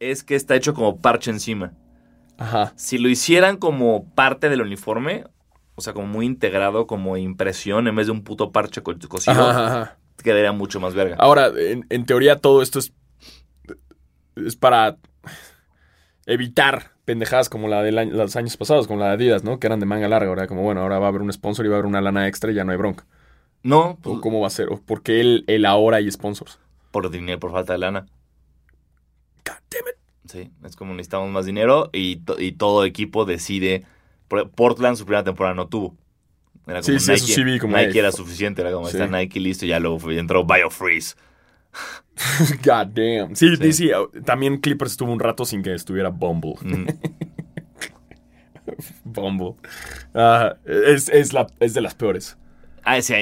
es que está hecho como parche encima. Ajá. Si lo hicieran como parte del uniforme, o sea, como muy integrado, como impresión, en vez de un puto parche co- cosido, Ajá, ajá, ajá. quedaría mucho más verga. Ahora, en, en teoría todo esto es, es para evitar pendejadas como la de los años pasados, como la de Adidas, ¿no? Que eran de manga larga. Ahora, como bueno, ahora va a haber un sponsor y va a haber una lana extra y ya no hay bronca. No, ¿O pues, cómo va a ser? ¿O por qué el, el ahora hay sponsors? por dinero, por falta de lana. God damn it. Sí, es como necesitamos más dinero y, to- y todo equipo decide. Por- Portland su primera temporada no tuvo. Era Sí, sí, eso sí vi como, Nike eh, era fu- suficiente, era como sí. está Nike listo, ya luego fue- entró BioFreeze. God damn. Sí, Sí. sí, sí. También Clippers estuvo un rato sin que estuviera Bumble. Mm. Bumble. Ah, es, es la, es de las peores. Ah, sí,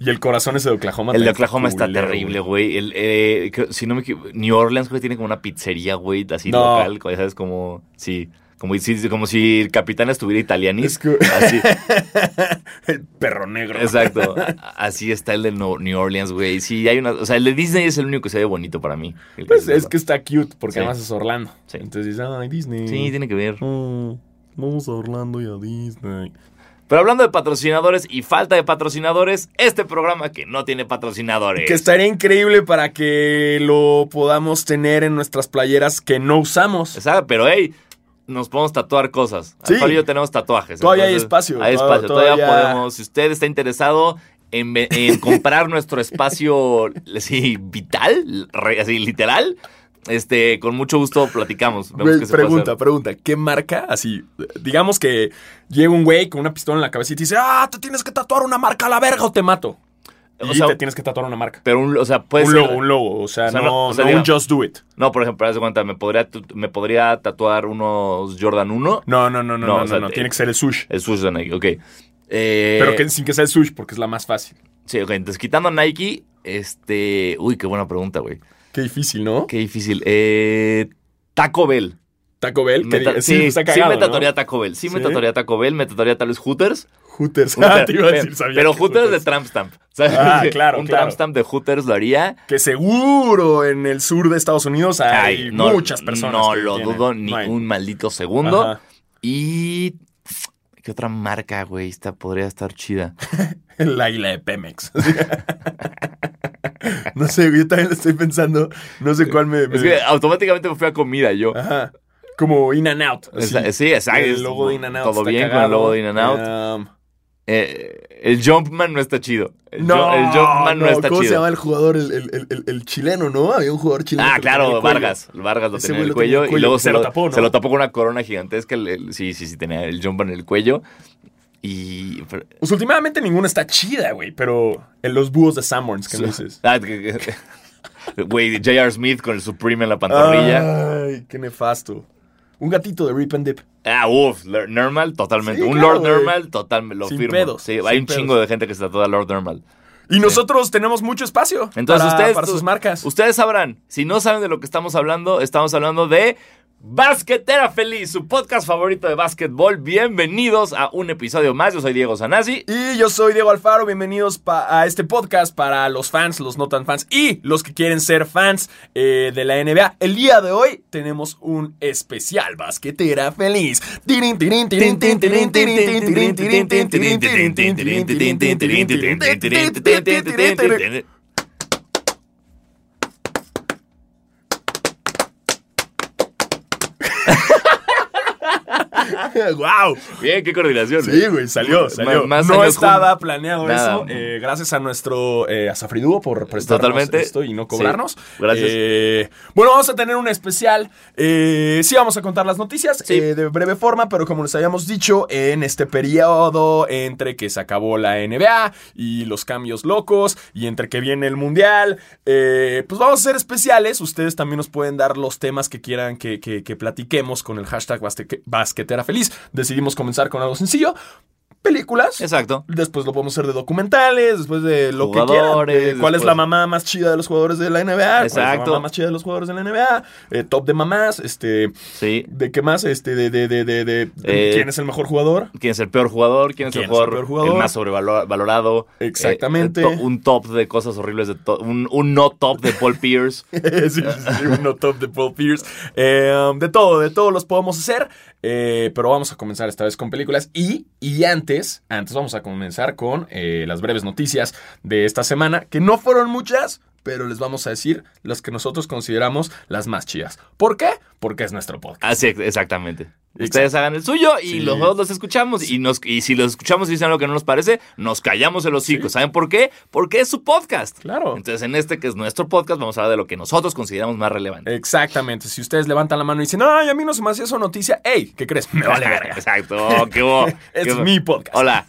Y el corazón ese de Oklahoma. el de también Oklahoma está culero, terrible, güey. El, eh, creo- si no me equivoco, New Orleans creo que tiene como una pizzería, güey, así No. local, co- ¿sabes? Como, sí, como, si- como si el capitán estuviera italianis. Es que- Así, El perro negro. exacto. Así está el de No- New Orleans, güey. Sí, hay una, o sea, el de Disney es el único que se ve bonito para mí. El Pues se es que está cute, porque Sí. además es Orlando. Sí. Entonces dices, ay, Disney. Sí, tiene que ver. Oh, vamos a Orlando y a Disney. Pero hablando de patrocinadores y falta de patrocinadores, este programa que no tiene patrocinadores. Que estaría increíble para que lo podamos tener en nuestras playeras que no usamos. Exacto, pero hey, nos podemos tatuar cosas. Sí. Alfaro y yo tenemos tatuajes. Todavía hay espacio, Hay todavía- espacio, todavía, todavía- podemos. Si usted está interesado en, ve- en comprar nuestro espacio así, vital, re- así literal, este, con mucho gusto platicamos. Vemos Güey, qué se puede pregunta, hacer. pregunta, ¿qué marca? Así, digamos que llega un güey con una pistola en la cabeza y te dice, ah, te tienes que tatuar una marca a la verga o te mato. O y sea, te tienes que tatuar una marca. Pero un, o sea, puede Un ser- logo, un logo, o sea, O sea, no, no- o sea, no un digamos- just do it. No, por ejemplo, haz de cuenta, me podría, tu- me podría tatuar unos Jordan 1. No, no, no, no, No, no, o sea, no, no, eh, tiene que ser el sush. El sushi de Nike, ok. Eh, Pero que, sin que sea el sush, porque es la más fácil. Sí, ok, entonces quitando a Nike, este. Uy, qué buena pregunta, güey. Qué difícil, ¿no? Qué difícil. Eh, Taco Bell. Taco Bell, Me que ta- di- sí, está sí cagado, me tatuaría ¿no? Taco Bell. Sí, me ¿Sí? tatuaría Taco Bell, me tatuaría tal vez Hooters. Hooters. Hooters, Ah, te iba a pero- decir, sabía pero que Hooters de Tramp Stamp. ¿sabes? Ah, claro, Un claro. Tramp Stamp de Hooters lo haría. Que seguro en el sur de Estados Unidos hay Ay, no- muchas personas. No que lo tienen. dudo ni No hay. un maldito segundo. Ajá. Y. ¿Qué otra marca, güey? Esta podría estar chida. El águila de Pemex. no sé, yo también lo estoy pensando. No sé cuál me. me- Es que automáticamente me fui a comida yo. Ajá. Como In and Out. así. Esa- sí, exacto. Ah, El logo de In and Out. Todo está bien con cagado. el logo de In and Out. Um, Eh, el Jumpman no está chido. El, no, Ju- el Jumpman no, no, está ¿Cómo se chido. llama el jugador? El, el- el- el- el chileno, ¿no? Había un jugador chileno. Ah, que tenía claro, el cuello. Vargas. El Vargas lo Ese tenía en güey el cuello, lo tenía en el y luego cuello. se, lo, tapó, ¿no? se lo tapó con una corona gigantesca. el- el- sí, sí, sí, tenía el Jumpman en el cuello. Y. pero- Pues últimamente ninguna está chida, güey. Pero en los búhos de Sanborns, ¿qué me dices? Ah, que- que- Güey, J.R. Smith con el Supreme en la pantorrilla. Ay, qué nefasto. Un gatito de Rip and Dip. Ah, uff, Normal, totalmente. Sí, un claro, Lord güey. Normal, totalmente. Lo Sin firmo. pedos, Sí, hay sin un pedos. chingo de gente que se tatúa a Lord Normal. Y nosotros tenemos mucho espacio Entonces para, ustedes para sus marcas. Ustedes sabrán, si no saben de lo que estamos hablando, estamos hablando de Basquetera Feliz, su podcast favorito de básquetbol. Bienvenidos a un episodio más. Yo soy Diego Sanasi. Y yo soy Diego Alfaro, bienvenidos pa- a este podcast para los fans, los no tan fans y los que quieren ser fans eh, de la NBA. El día de hoy tenemos un especial basquetera feliz. Tirin, tirin, tirin, tirin, tirin, tirin, tirin, tirin, tirin, tirin, tirin, tirin, tirin, tirin, tirin, tirin, tirin, tirin, tirin, tirin, tirin. ¡Guau! Bien, qué coordinación. Sí, güey, salió, salió. más no años estaba juntos. planeado Nada. eso. Eh, gracias a nuestro eh, a Safriduo por prestarnos Totalmente. esto y no cobrarnos. Sí, gracias. Eh, bueno, vamos a tener un especial. Eh, sí, vamos a contar las noticias Sí. eh, de breve forma, pero como les habíamos dicho, en este periodo entre que se acabó la NBA y los cambios locos y entre que viene el Mundial, eh, pues vamos a ser especiales. Ustedes también nos pueden dar los temas que quieran que, que- que platiquemos con el hashtag basque- basquetera feliz. Decidimos comenzar con algo sencillo. películas. Exacto. Después lo podemos hacer de documentales, después de lo que Jugadores, quieran. de ¿Cuál es la después- mamá más chida de los jugadores de la NBA? ¿Cuál es la Exacto. mamá más chida de los jugadores de la NBA? Eh, top de mamás, este... Sí. ¿De qué más? Este, de, de, de, de, de- de- Eh, ¿Quién es el mejor jugador? ¿Quién es el peor jugador? ¿Quién es, el, jugador, peor jugador? el más sobrevalorado? Exactamente. Eh, to- un top de cosas horribles. De to- un, un no top de Paul Pierce. sí, sí, sí, uno top de Paul Pierce. Eh, de todo, de todo los podemos hacer. Eh, pero vamos a comenzar esta vez con películas. Y, y antes, antes vamos a comenzar con eh, las breves noticias de esta semana, que no fueron muchas, pero les vamos a decir las que nosotros consideramos las más chidas. ¿Por qué? Porque es nuestro podcast. Así, es, exactamente. Ustedes hagan el suyo y Sí. los dos los escuchamos. Y, nos, y si los escuchamos y dicen algo que no nos parece, nos callamos el hocico. Sí. ¿Saben por qué? Porque es su podcast. Claro. Entonces, en este que es nuestro podcast, vamos a hablar de lo que nosotros consideramos más Eh, relevante. Exactamente. Si ustedes levantan la mano y dicen, ay, a mí no se me hacía eso noticia, ¡ey! ¿Qué crees? Me vale verga. Exacto. Oh, qué bo- qué es bo- mi podcast. Hola.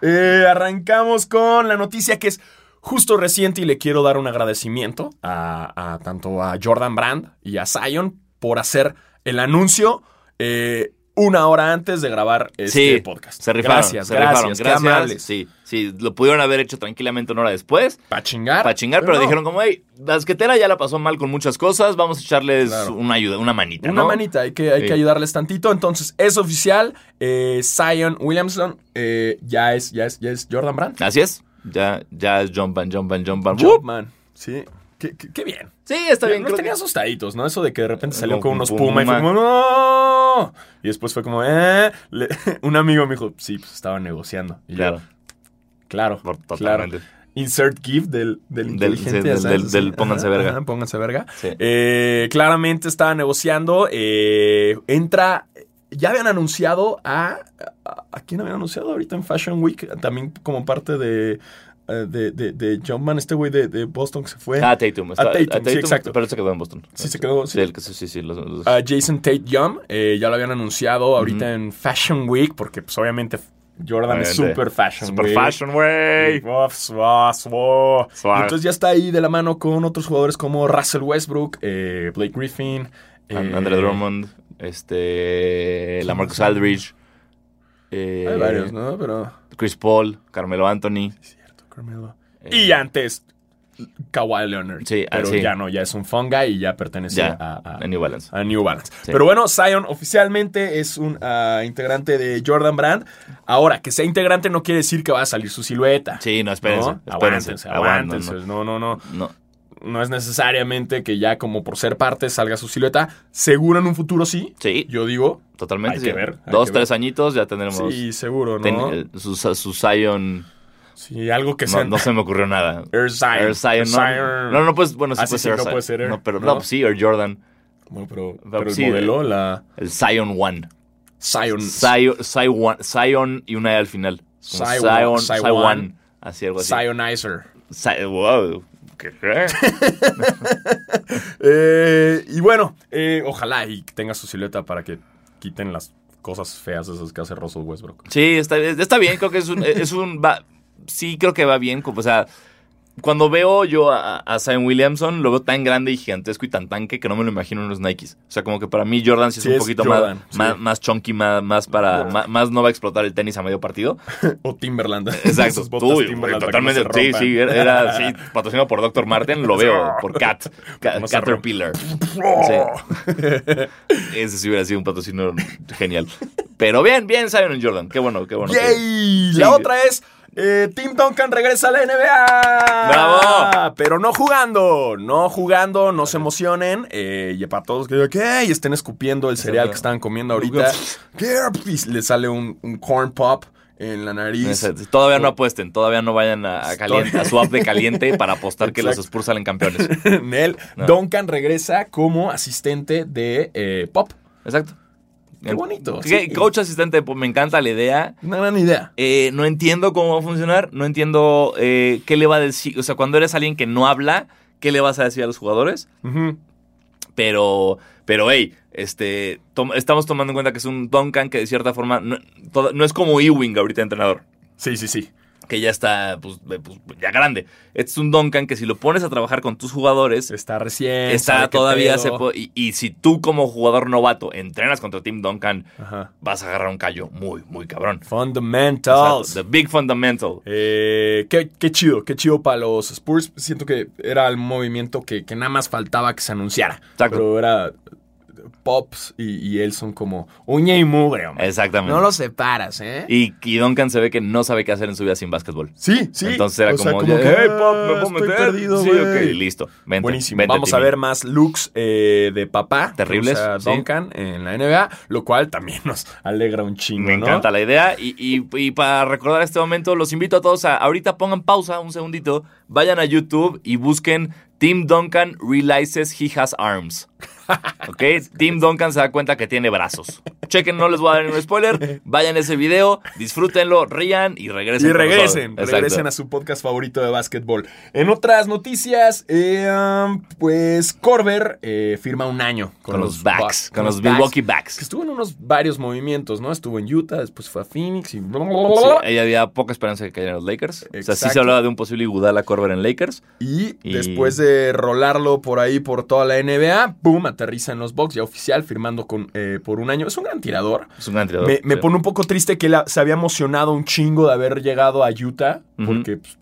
Eh, arrancamos con la noticia que es justo reciente y le quiero dar un agradecimiento a, a tanto a Jordan Brand y a Zion por hacer el anuncio eh, una hora antes de grabar este sí, podcast. Se rifaron. gracias, se gracias, rifaron. qué Gracias. amables. Sí, sí, lo pudieron haber hecho tranquilamente una hora después Pa' chingar. para chingar, pero no. dijeron como, hey, basquetera ya la pasó mal con muchas cosas, vamos a echarles Claro. una ayuda, una manita, Una ¿no? manita, hay que, hay Sí. que ayudarles tantito. Entonces, es oficial. eh, Zion Williamson eh, ya, es, ya, es, ya es Jordan Brand. Así es. Ya, ya es John Van, John Van, John Van. Yo, man. uh. Sí. Qué, qué- qué bien. Sí, está bien. Nos creo tenía que- asustaditos, ¿no? Eso de que de repente salió Con- con con unos Puma. puma y fue como ¡No! Y después fue como, eh. Le- un amigo me dijo, sí, pues estaban negociando. Y yo, Claro, claro. por- claro. totalmente. Insert GIF del, del Del- inteligente. sí, ya del- sabes, del- del así. pónganse Ajá, verga. ajá, pónganse verga. Sí. Eh, claramente estaba negociando. eh, entra. Ya habían anunciado a, a. ¿a quién habían anunciado ahorita en Fashion Week? También como parte de. eh, De, de, de Jumpman, este güey de, de Boston que se fue. Ah, Tatum. está- A Tatum, sí, exacto. Pero él se quedó en Boston. Sí, se quedó, sí. Sí, el que- sí, sí, sí, los- los- a Ah, Jason Tate Young. eh, ya lo habían anunciado ahorita en Fashion Week, porque pues obviamente Jordan es Obviamente. super fashion. Super week. Fashion, güey. Uf, suá, suá. Suá. Entonces ya está ahí de la mano con otros jugadores como Russell Westbrook, eh, Blake Griffin, eh, Andrea Andre Drummond, este, la Marcus Aldridge, eh, Hay varios, ¿no? Pero. Chris Paul, Carmelo Anthony. es cierto, Carmelo. eh, Y antes, Kawhi Leonard. Sí, ah, pero sí. ya no, ya es un funga y ya pertenece Ya, a- a, en New Balance. a New Balance. Sí. Pero bueno, Zion oficialmente es un ah, integrante de Jordan Brand. Ahora, que sea integrante no quiere decir que va a salir su silueta. Sí, no, ¿no? espérense. espérense, Aguántense, aguanten, aguántense. No, no, no. No, no. No es necesariamente que ya como por ser parte salga su silueta. Seguro en un futuro sí. Sí, Yo digo, totalmente. Hay sí. que ver, hay Dos, que ver. tres añitos ya tendremos. sí, seguro, ten- ¿no? eh, su, su Zion. Sí, algo que No, sea... no se me ocurrió nada. Air Zion. Air Zion. No, Zion. no, no, pues, bueno, sí Ah, sí, puede sí, ser. Air no Zion. puede ser Air, No, pero, ¿no? no, pues sí, Air Jordan. Bueno, pero, No, pero el sí, modelo, la... El Zion One. Zion. Zion, Zion, Zion y una E al final. Como Zion, Zion, Zion. Zion. Así, algo así. Zionizer. Zion. Wow. ¿Qué? qué? Eh, y bueno, eh, ojalá y tenga su silueta para que quiten las cosas feas esas que hace Russell Westbrook. Sí, está, está bien, creo que es un... eh, es un va- sí, creo que va bien, como, o sea... Cuando veo yo a, a Zion Williamson, lo veo tan grande y gigantesco y tan tanque que no me lo imagino en los Nikes. O sea, como que para mí Jordan sí es Sí, un es poquito Jordan, más, sí. más, más chunky, más, más para... Jordan. Más, más no va a explotar el tenis a medio partido. O Timberland. Exacto. Sus botas Uy, Timberland para que no totalmente. se Sí, rompan. sí, era, era- sí, patrocinado por Dr. Martin, lo veo, por Cat, Ca- No se Caterpillar. Sí. Ese sí hubiera sido un patrocinio genial. Pero bien, bien, Zion y Jordan. Qué bueno, qué bueno. que- Yay. Sí. La otra es eh, Tim Duncan regresa a la NBA. ¡Bravo! Pero no jugando, no jugando, no se emocionen. eh, y para todos que digan, ¿qué? Y estén escupiendo el cereal que estaban comiendo ahorita. ¿Qué? Y le sale un, un corn pop en la nariz. Exacto. Todavía no apuesten, todavía no vayan a, a caliente, a su app de caliente para apostar que los Exacto. Spurs salen campeones. Nel, No. Duncan regresa como asistente de eh, Pop. Exacto. Qué bonito, Qué- sí. Coach asistente, pues, me encanta la idea. Una gran idea. Eh, no entiendo cómo va a funcionar, no entiendo eh, qué le va a decir. O sea, cuando eres alguien que no habla, ¿qué le vas a decir a los jugadores? Pero, pero hey, este, tom- estamos tomando en cuenta que es un Duncan que de cierta forma no, todo- no es como Ewing ahorita entrenador. Sí, sí, sí. Que que ya está pues, pues, ya grande. Este es un Duncan que si lo pones a trabajar con tus jugadores, Está recién. está sabe qué todavía... pedo. Se po- y, y si tú como jugador novato entrenas contra Tim Duncan, Ajá. vas a agarrar un callo muy, muy cabrón. Exacto, Fundamentals. The Big Fundamental. Eh, qué, qué chido, qué chido para los Spurs. Siento que era el movimiento que, que nada más faltaba que se anunciara. Exacto. Pero era Pops y, y él son como uña y mugre, hombre. Exactamente. No los separas, ¿eh? Y, y Duncan se ve que no sabe qué hacer en su vida sin básquetbol. Sí, sí. Entonces era O sea, "Ah, como, ya, "Hey, pop, ¿me puedo estoy meter?" perdido, sí, güey. ok, listo. Vente, Buenísimo. vente, Vamos Timmy. a ver más looks eh, de papá. Terribles, O sea, sí. Duncan en la NBA, lo cual también nos alegra un chingo. Me ¿no? encanta la idea. Y, y- y para recordar este momento, los invito a todos a ahorita pongan pausa un segundito, vayan a YouTube y busquen Tim Duncan realizes he has arms. ¿Ok? Tim Duncan se da cuenta que tiene brazos. Chequen, no les voy a dar ningún spoiler. Vayan a ese video, disfrútenlo, rían y regresen. Y con regresen, nosotros. regresen Exacto. a su podcast favorito de básquetbol. En otras noticias, eh, um, pues Corber eh, firma un año Con los Bucks, backs, con los Milwaukee backs. Que estuvo en unos varios movimientos, ¿no? Estuvo en Utah, después fue a Phoenix y... Sí, eh, ahí había poca esperanza de que cayeran los Lakers. O sea, sí se Exacto. hablaba de un posible Iguodala Corber en Lakers. Y, Y- después de rolarlo por ahí por toda la NBA, ¡boom! Aterriza en los Bucks, ya oficial, firmando con, eh, por un año. Es un gran tirador. Es un gran tirador. Me, me Sí. pone un poco triste que él se había emocionado un chingo de haber llegado a Utah, Ujú. porque pues,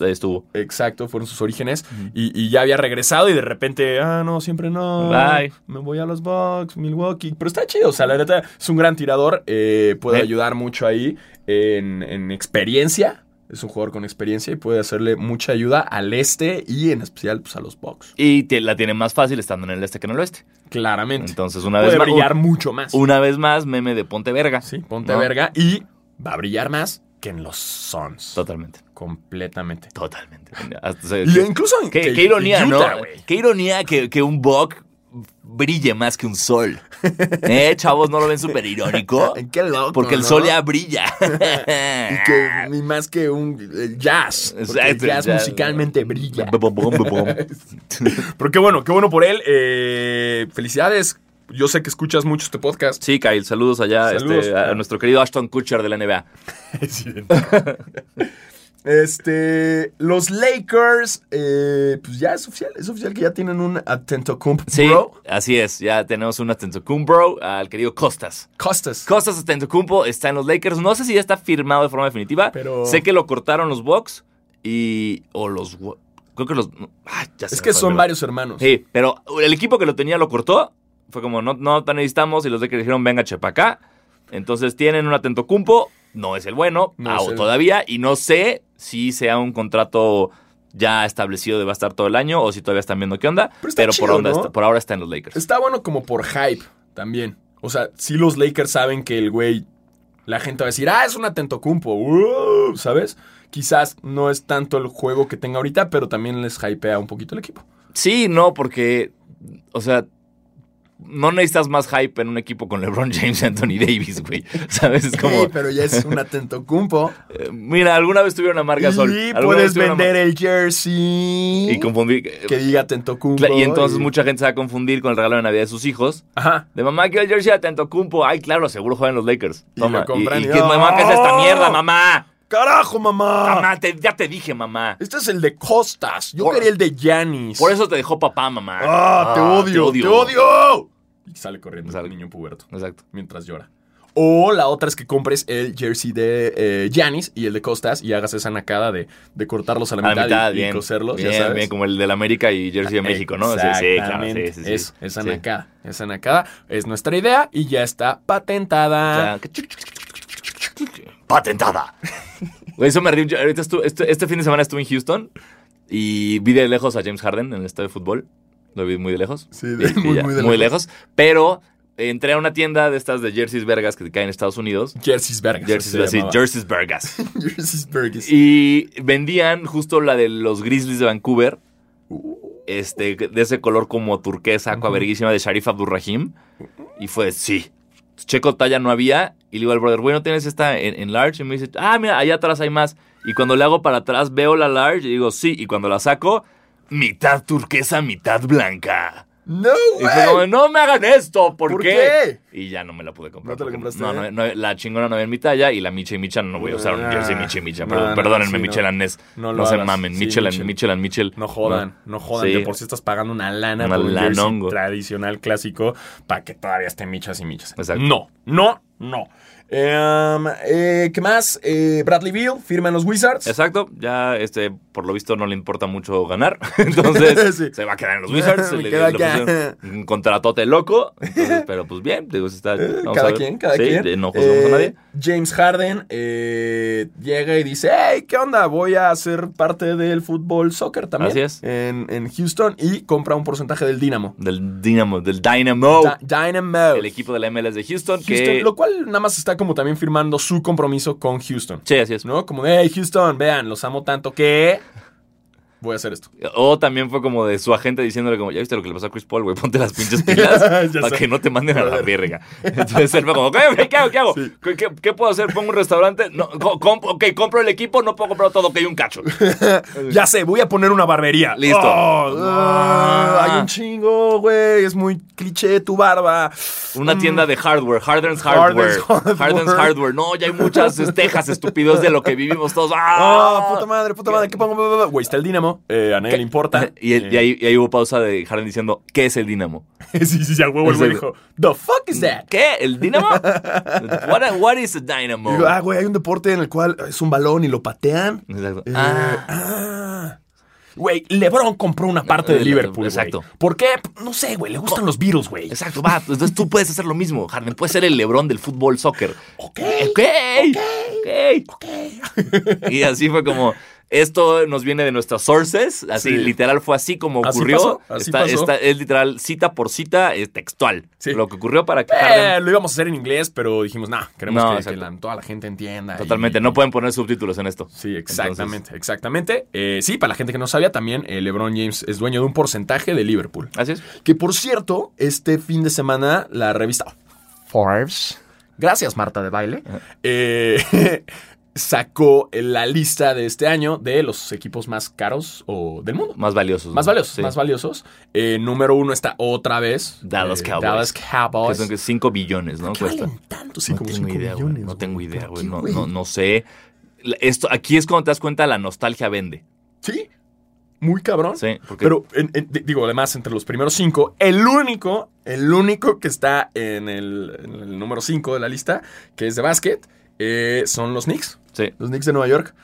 Ahí estuvo. Exacto, fueron sus orígenes. Ujú. y, y ya había regresado y de repente, ah, no, siempre no. Bye. Me voy a los Bucks, Milwaukee. Pero está chido, o sea, la neta es un gran tirador. eh, puede Sí. ayudar mucho ahí en, en experiencia. Es un jugador con experiencia y puede hacerle mucha ayuda al este y en especial pues, a los Bucks. Y te- la tiene más fácil estando en el este que en el oeste. Claramente. Entonces, una vez puede más. brillar mucho más. Una vez más, meme de Ponte Verga. sí, ponte No. verga. Y va a brillar más que en los Suns. Totalmente, Completamente. totalmente. Hasta- o sea, Y qué, incluso en qué- que- qué ironía, en Utah, ¿no? güey. Qué ironía que, que un Bok brille más que un sol. ¿Eh, chavos? ¿No lo ven súper irónico? Qué loco, Porque el ¿no? sol ya brilla. Y que ni más que un eh, jazz. porque el Exacto, jazz ya. musicalmente brilla. Bum, bum, bum, bum. Pero qué bueno, qué bueno por él. eh, felicidades. Yo sé que escuchas mucho este podcast. Sí, Kyle, saludos allá Saludos. este, a, a nuestro querido Ashton Kutcher de la NBA. Este, los Lakers, eh, pues ya es oficial, es oficial que ya tienen un atento comp Sí, bro. así es. Ya tenemos un Atentocumbro al querido Costas. Costas. Costas Atentokumpo está en los Lakers. No sé si ya está firmado de forma definitiva. Pero- Sé que lo cortaron los Bucks y... o los... Wa- Creo que los... ah, ya se es me que fue, son pero- varios hermanos. Sí, pero el equipo que lo tenía lo cortó. Fue como, no, no te necesitamos. Y los Lakers dijeron, venga, chepa acá. Entonces tienen un Atentocumpo. No es el bueno No au- es el- todavía. Y no sé si sea un contrato ya establecido de va a estar todo el año o si todavía están viendo qué onda. Pero Pero, está chido, por, onda ¿no? está- por ahora está en los Lakers. Está bueno como por hype también. O sea, si los Lakers saben que el güey, la gente va a decir, ah, es un atento uh, ¿sabes? Quizás no es tanto el juego que tenga ahorita, pero también les hypea un poquito el equipo. Sí, no, porque, o sea, no necesitas más hype en un equipo con LeBron James y Anthony Davis, güey. ¿Sabes? Es como, pero ya es un atento cumpo. eh, mira, alguna vez tuvieron a Marga Sol. y alguna vez puedes tuvieron a Mar- vender el jersey Y confundir. eh, que diga atento cumpo. y entonces mucha gente se va a confundir con el regalo de Navidad de sus hijos. Ajá. De mamá, quiero el jersey de Tentocumpo. Ay, claro, seguro juegan los Lakers. Y lo Toma. compran y, y- que mamá, ¿qué es esta ¡Oh! mierda, mamá? ¡Carajo, mamá! Mamá, te- ya te dije, mamá. Este es el de Costas. Yo Por- quería el de Yanis. Por eso te dejó papá, mamá. ¡Ah, te Ah, odio! ¡Te odio! Y sale corriendo Sale. el niño puberto Exacto. mientras llora. O la otra es que compres el jersey de Janis y el de Costas y hagas esa nacada de, de cortarlos a la A mitad, la mitad, y, y bien. coserlos, bien, ya sabes. bien, como el del América y Jersey de México, ¿no? Sí, sí, claro. Sí, Exactamente. sí, sí. Eso, esa Sí. nacada. Esa nacada es nuestra idea y ya está O sea, patentada. que chuc, chuc, chuc, chuc, chuc, chuc, chuc. Patentada. Güey, eso me río. Yo ahorita estu- estu- este fin de semana estuve en Houston y vi de lejos a James Harden en el estadio de fútbol. Lo vi muy de lejos. Sí, de- Y- y muy, ya, muy de lejos. Pero entré a una tienda de estas de jerseys vergas que caen en Estados Unidos. Jerseys Vergas. Jerseys, así se así, llamaba. jerseys vergas. Jerseys Vergas. Y vendían justo la de los Grizzlies de Vancouver. Uh, este, de ese color como turquesa, agua verguísima de Sharif Abdurrahim. Y fue, sí. Checo talla no había. Y le digo al brother, güey, ¿no tienes esta en, en large? Y me dice, ah, mira, allá atrás hay más. Y cuando le hago para atrás, veo la large y digo, sí. Y cuando la saco, mitad turquesa, mitad blanca. No, Y fue como, güey. no me hagan esto, ¿por, ¿Por qué? Y ya no me la pude comprar. ¿No te la porque compraste? No, no, ¿eh? no, la chingona no había en mi talla y la Micha y Micha no voy a usar un Ah, jersey Micha y Micha. no, perdón- no, perdónenme, sí, no. Michel and Ness. No No, lo se hagas. mamen. Sí, Michel, and- Michel. Michel and Michel. No jodan, no, jodan. Sí. De por sí estás pagando una lana Una por un jersey lanongo. tradicional clásico para que todavía esté michas y michas. Exacto. No, no, no. Em, eh, ¿Qué más? Eh, Bradley Beal firma en los Wizards. Exacto, ya este, por lo visto no le importa mucho ganar, entonces Sí. se va a quedar en los Wizards, Me le, quedo le acá. pusieron un contratote loco, entonces, pero pues bien, digo, está, Eh, vamos a cada ver. quien, cada Sí, quien. eh, no juzgamos Eh, a nadie. James Harden eh, llega y dice, hey, ¿qué onda? Voy a ser parte del fútbol soccer también. Así es. En, en Houston y compra un porcentaje del Dynamo. Del Dynamo, del Dynamo, Di- Dynamo. el equipo de la MLS de Houston, que... Houston, lo cual nada más está como también firmando su compromiso con Houston. Sí, así es. ¿No? Como, hey, Houston, vean, los amo tanto que voy a hacer esto. O también fue como de su agente diciéndole como, ya viste lo que le pasó a Chris Paul, güey, ponte las pinches pilas Ya sé. para que no te manden a la verga. Entonces él fue como, ok, ok, ¿qué hago? ¿Qué, hago? Sí. ¿Qué, qué, qué puedo hacer? ¿Pongo un restaurante? No, co- comp- ok, compro el equipo, no puedo comprar todo, ok, un cacho. Ya sé, voy a poner una barbería. Listo. Oh, ah, Ah. hay un chingo, güey. Es muy cliché tu barba. Una tienda de hardware, Harden's Mm. Harden's Hardware. Hardware. Harden's Hardware. No, ya hay muchas es, tejas estúpidos de lo que vivimos todos. Ah, ¡Ah! puta madre, puta madre. ¿Qué pongo? Güey, está el Dinamo. Eh, a nadie le importa. Eh, Y, el- y ahí, y ahí hubo pausa de Harden diciendo, ¿qué es el Dinamo? sí, sí, sí, a huevo el güey dijo, ¿The fuck is that? ¿Qué? ¿El Dinamo? What, a- what is a Dynamo? Y digo, ah, güey, hay un deporte en el cual es un balón y lo patean. Exacto. Eh, Ah. ah. Güey, LeBron compró una parte de Eh, Liverpool. exacto. güey. ¿Por qué? No sé, güey. Le gustan los virus, güey. Exacto, va. Entonces tú puedes hacer lo mismo, Harden. Puedes ser el Lebrón del fútbol soccer. Ok. Ok. eh, Ok. Y así fue como. Esto nos viene de nuestras sources. Así, Sí. literal, fue así como Así ocurrió. pasó, así Está- pasó. está- es literal, cita por cita, es textual. Sí. Lo que ocurrió para que Harden. Eh, lo íbamos a hacer en inglés, pero dijimos, nah, queremos No, que- que, exacto. la- toda la gente entienda. y- Totalmente, no pueden poner subtítulos en esto. Sí, Entonces, exactamente, exactamente. Eh, sí, para la gente que no sabía, también eh, LeBron James es dueño de un porcentaje de Liverpool. así es. Que por cierto, este fin de semana la revista Forbes, gracias Marta de Baile, Ah. eh, sacó la lista de este año de los equipos más caros o del mundo. Más valiosos. Más ¿no? valiosos, Sí. más valiosos. Eh, número uno está otra vez Dallas eh, Cowboys. Dallas Que Cowboys. son 5 billones, ¿no? ¿Qué valen tanto? Sí, no como tengo cinco idea, güey, millones, No tengo idea, ¿Por güey. qué, No, no, no sé. La- Esto, aquí es cuando te das cuenta la nostalgia vende. Sí, muy cabrón. Sí, porque Pero, en- en- di- digo, además, entre los primeros cinco, el único, el único que está en el, en el número cinco de la lista, que es de básquet, eh, son los Knicks, sí, los Knicks de Nueva York.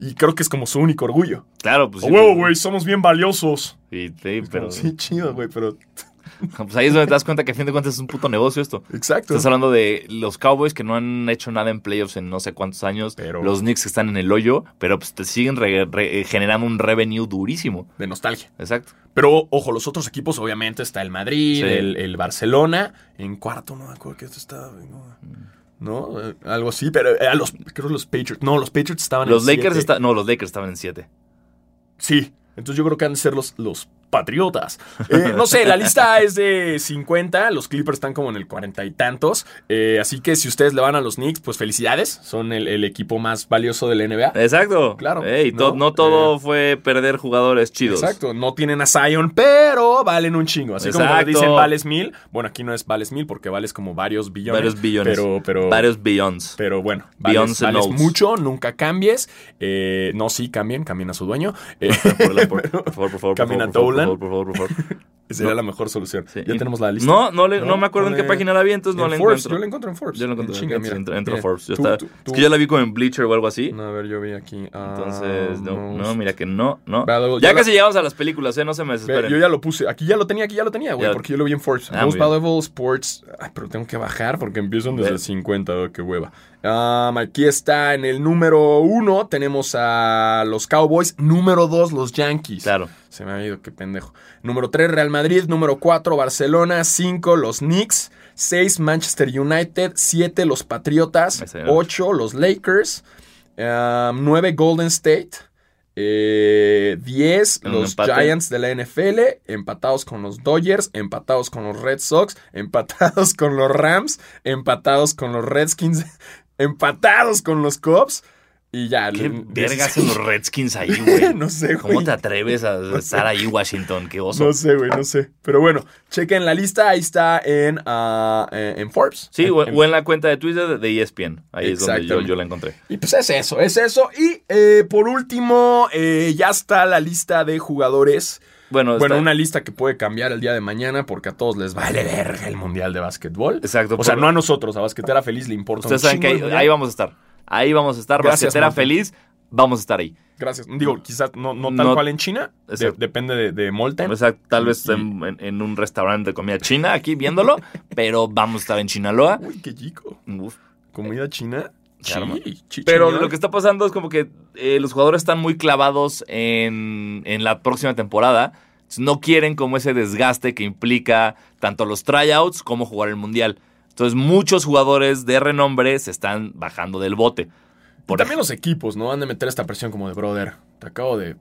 Y creo que es como su único orgullo. claro, pues ¡A sí, huevo, pues, güey! ¡Somos bien valiosos! Sí, sí, pero Pero, sí, chido, güey, pero... pues ahí es donde te das cuenta que a fin de cuentas es un puto negocio esto. Exacto. Estás hablando de los Cowboys que no han hecho nada en playoffs en no sé cuántos años, Pero- los Knicks que están en el hoyo, pero pues te siguen re- re- generando un revenue durísimo. De nostalgia. Exacto. Pero, ojo, los otros equipos, obviamente, está el Madrid, Sí. el, el Barcelona. En cuarto, no me acuerdo que esto estaba. No, Mm. ¿No? Eh, algo así, pero eh, los, creo los Patriots. No, los Patriots estaban en Los Lakers siete. estaban, no, los Lakers estaban en 7. Sí. Entonces yo creo que han de ser los, los Patriotas. Eh, no sé, la lista es de 50. Los Clippers están como en el cuarenta y tantos. Eh, así que si ustedes le van a los Knicks, pues felicidades. Son el, el equipo más valioso del NBA. Exacto. Claro, Ey, ¿no? eh. to- no todo fue perder jugadores chidos. Exacto, no tienen a Zion, pero valen un chingo. Así como cuando Exacto. dicen vales mil. Bueno, aquí no es vales mil porque vales como varios billones. Varios billones. Pero, pero, Varios billions. pero bueno, vales, Beyoncé vales notes. mucho, nunca cambies. Eh, no, sí, cambien, cambien a su dueño. Eh, Por, la- por- por favor, por favor, por Camina favor, por Dolan. favor, por favor, por favor, por favor. sería No. la mejor solución. Sí. Ya tenemos la lista. No, no, le- no No, me acuerdo no en qué le- página la vi, entonces no En la Forbes, encuentro. yo la encuentro en Forbes. Yo la encontré. En chinga, mira. entra, entra Mira, Forbes. Yo tú, estaba- tú, Es tú. que yo la vi como en Bleacher o algo así. No, a ver, yo vi aquí. ah, Entonces, no, vamos. no, mira que no, no. Va, luego, ya ya casi llegamos a las películas, ¿eh? No se me Ve, desesperen. yo ya lo puse. Aquí ya lo tenía, aquí ya lo tenía, güey. Ya. Porque yo lo vi en Forbes. Ah, Most muy bien. Valuable Sports. Ay, pero tengo que bajar porque empiezan desde Ve. 50. oh, qué hueva. Um, aquí está en el número uno. Tenemos a los Cowboys. Número dos, los Yankees. Claro. Se me ha ido, qué pendejo. Número 3, Real Madrid. Número 4, Barcelona. 5, los Knicks. 6, Manchester United. 7, los Patriotas. Ahí está, ya. 8, los Lakers. 9, Golden State. 10, Un los empate. Giants de la NFL. Empatados con los Dodgers. Empatados con los Red Sox. Empatados con los Rams. Empatados con los Redskins. empatados con los Cubs. Y ya. ¿Qué le- vergas hacen los Redskins ahí, güey? No sé, güey. ¿Cómo te atreves a estar ahí, Washington? Qué oso. No sé, güey, no sé. Pero bueno, chequen la lista, ahí está en, ah, eh, en Forbes. Sí, En- o, en o en la cuenta de Twitter de E ESPN. Ahí es donde yo, Exactamente. yo la encontré. Y pues es eso, es eso. Y eh, por último, eh, ya está la lista de jugadores. Bueno, Bueno, está- una lista que puede cambiar el día de mañana porque a todos les vale verga el mundial de básquetbol. Exacto, O sea, por- no a nosotros, a Basquetera Feliz le importa. un ustedes saben que chingo el ahí, mundial. ahí vamos a estar. Ahí vamos a estar. Gracias, Basquetera Monte. feliz, vamos a estar ahí. Gracias. Digo, quizás no, no tal No- cual en China. de- Exacto. depende de, de Molten. O sea, tal vez Y- en, en- en un restaurante de comida china aquí viéndolo, pero vamos a estar en Chinaloa. Uy, qué chico. Uf. Comida china. Se arma. Sí, chi- Pero señor. lo que está pasando es como que eh, los jugadores están muy clavados en, en la próxima temporada. Entonces, No quieren como ese desgaste que implica tanto los tryouts como jugar el mundial. Entonces muchos jugadores de renombre se están bajando del bote. Y también los equipos, ¿no? Han de meter esta presión como de brother. Te acabo de. ej-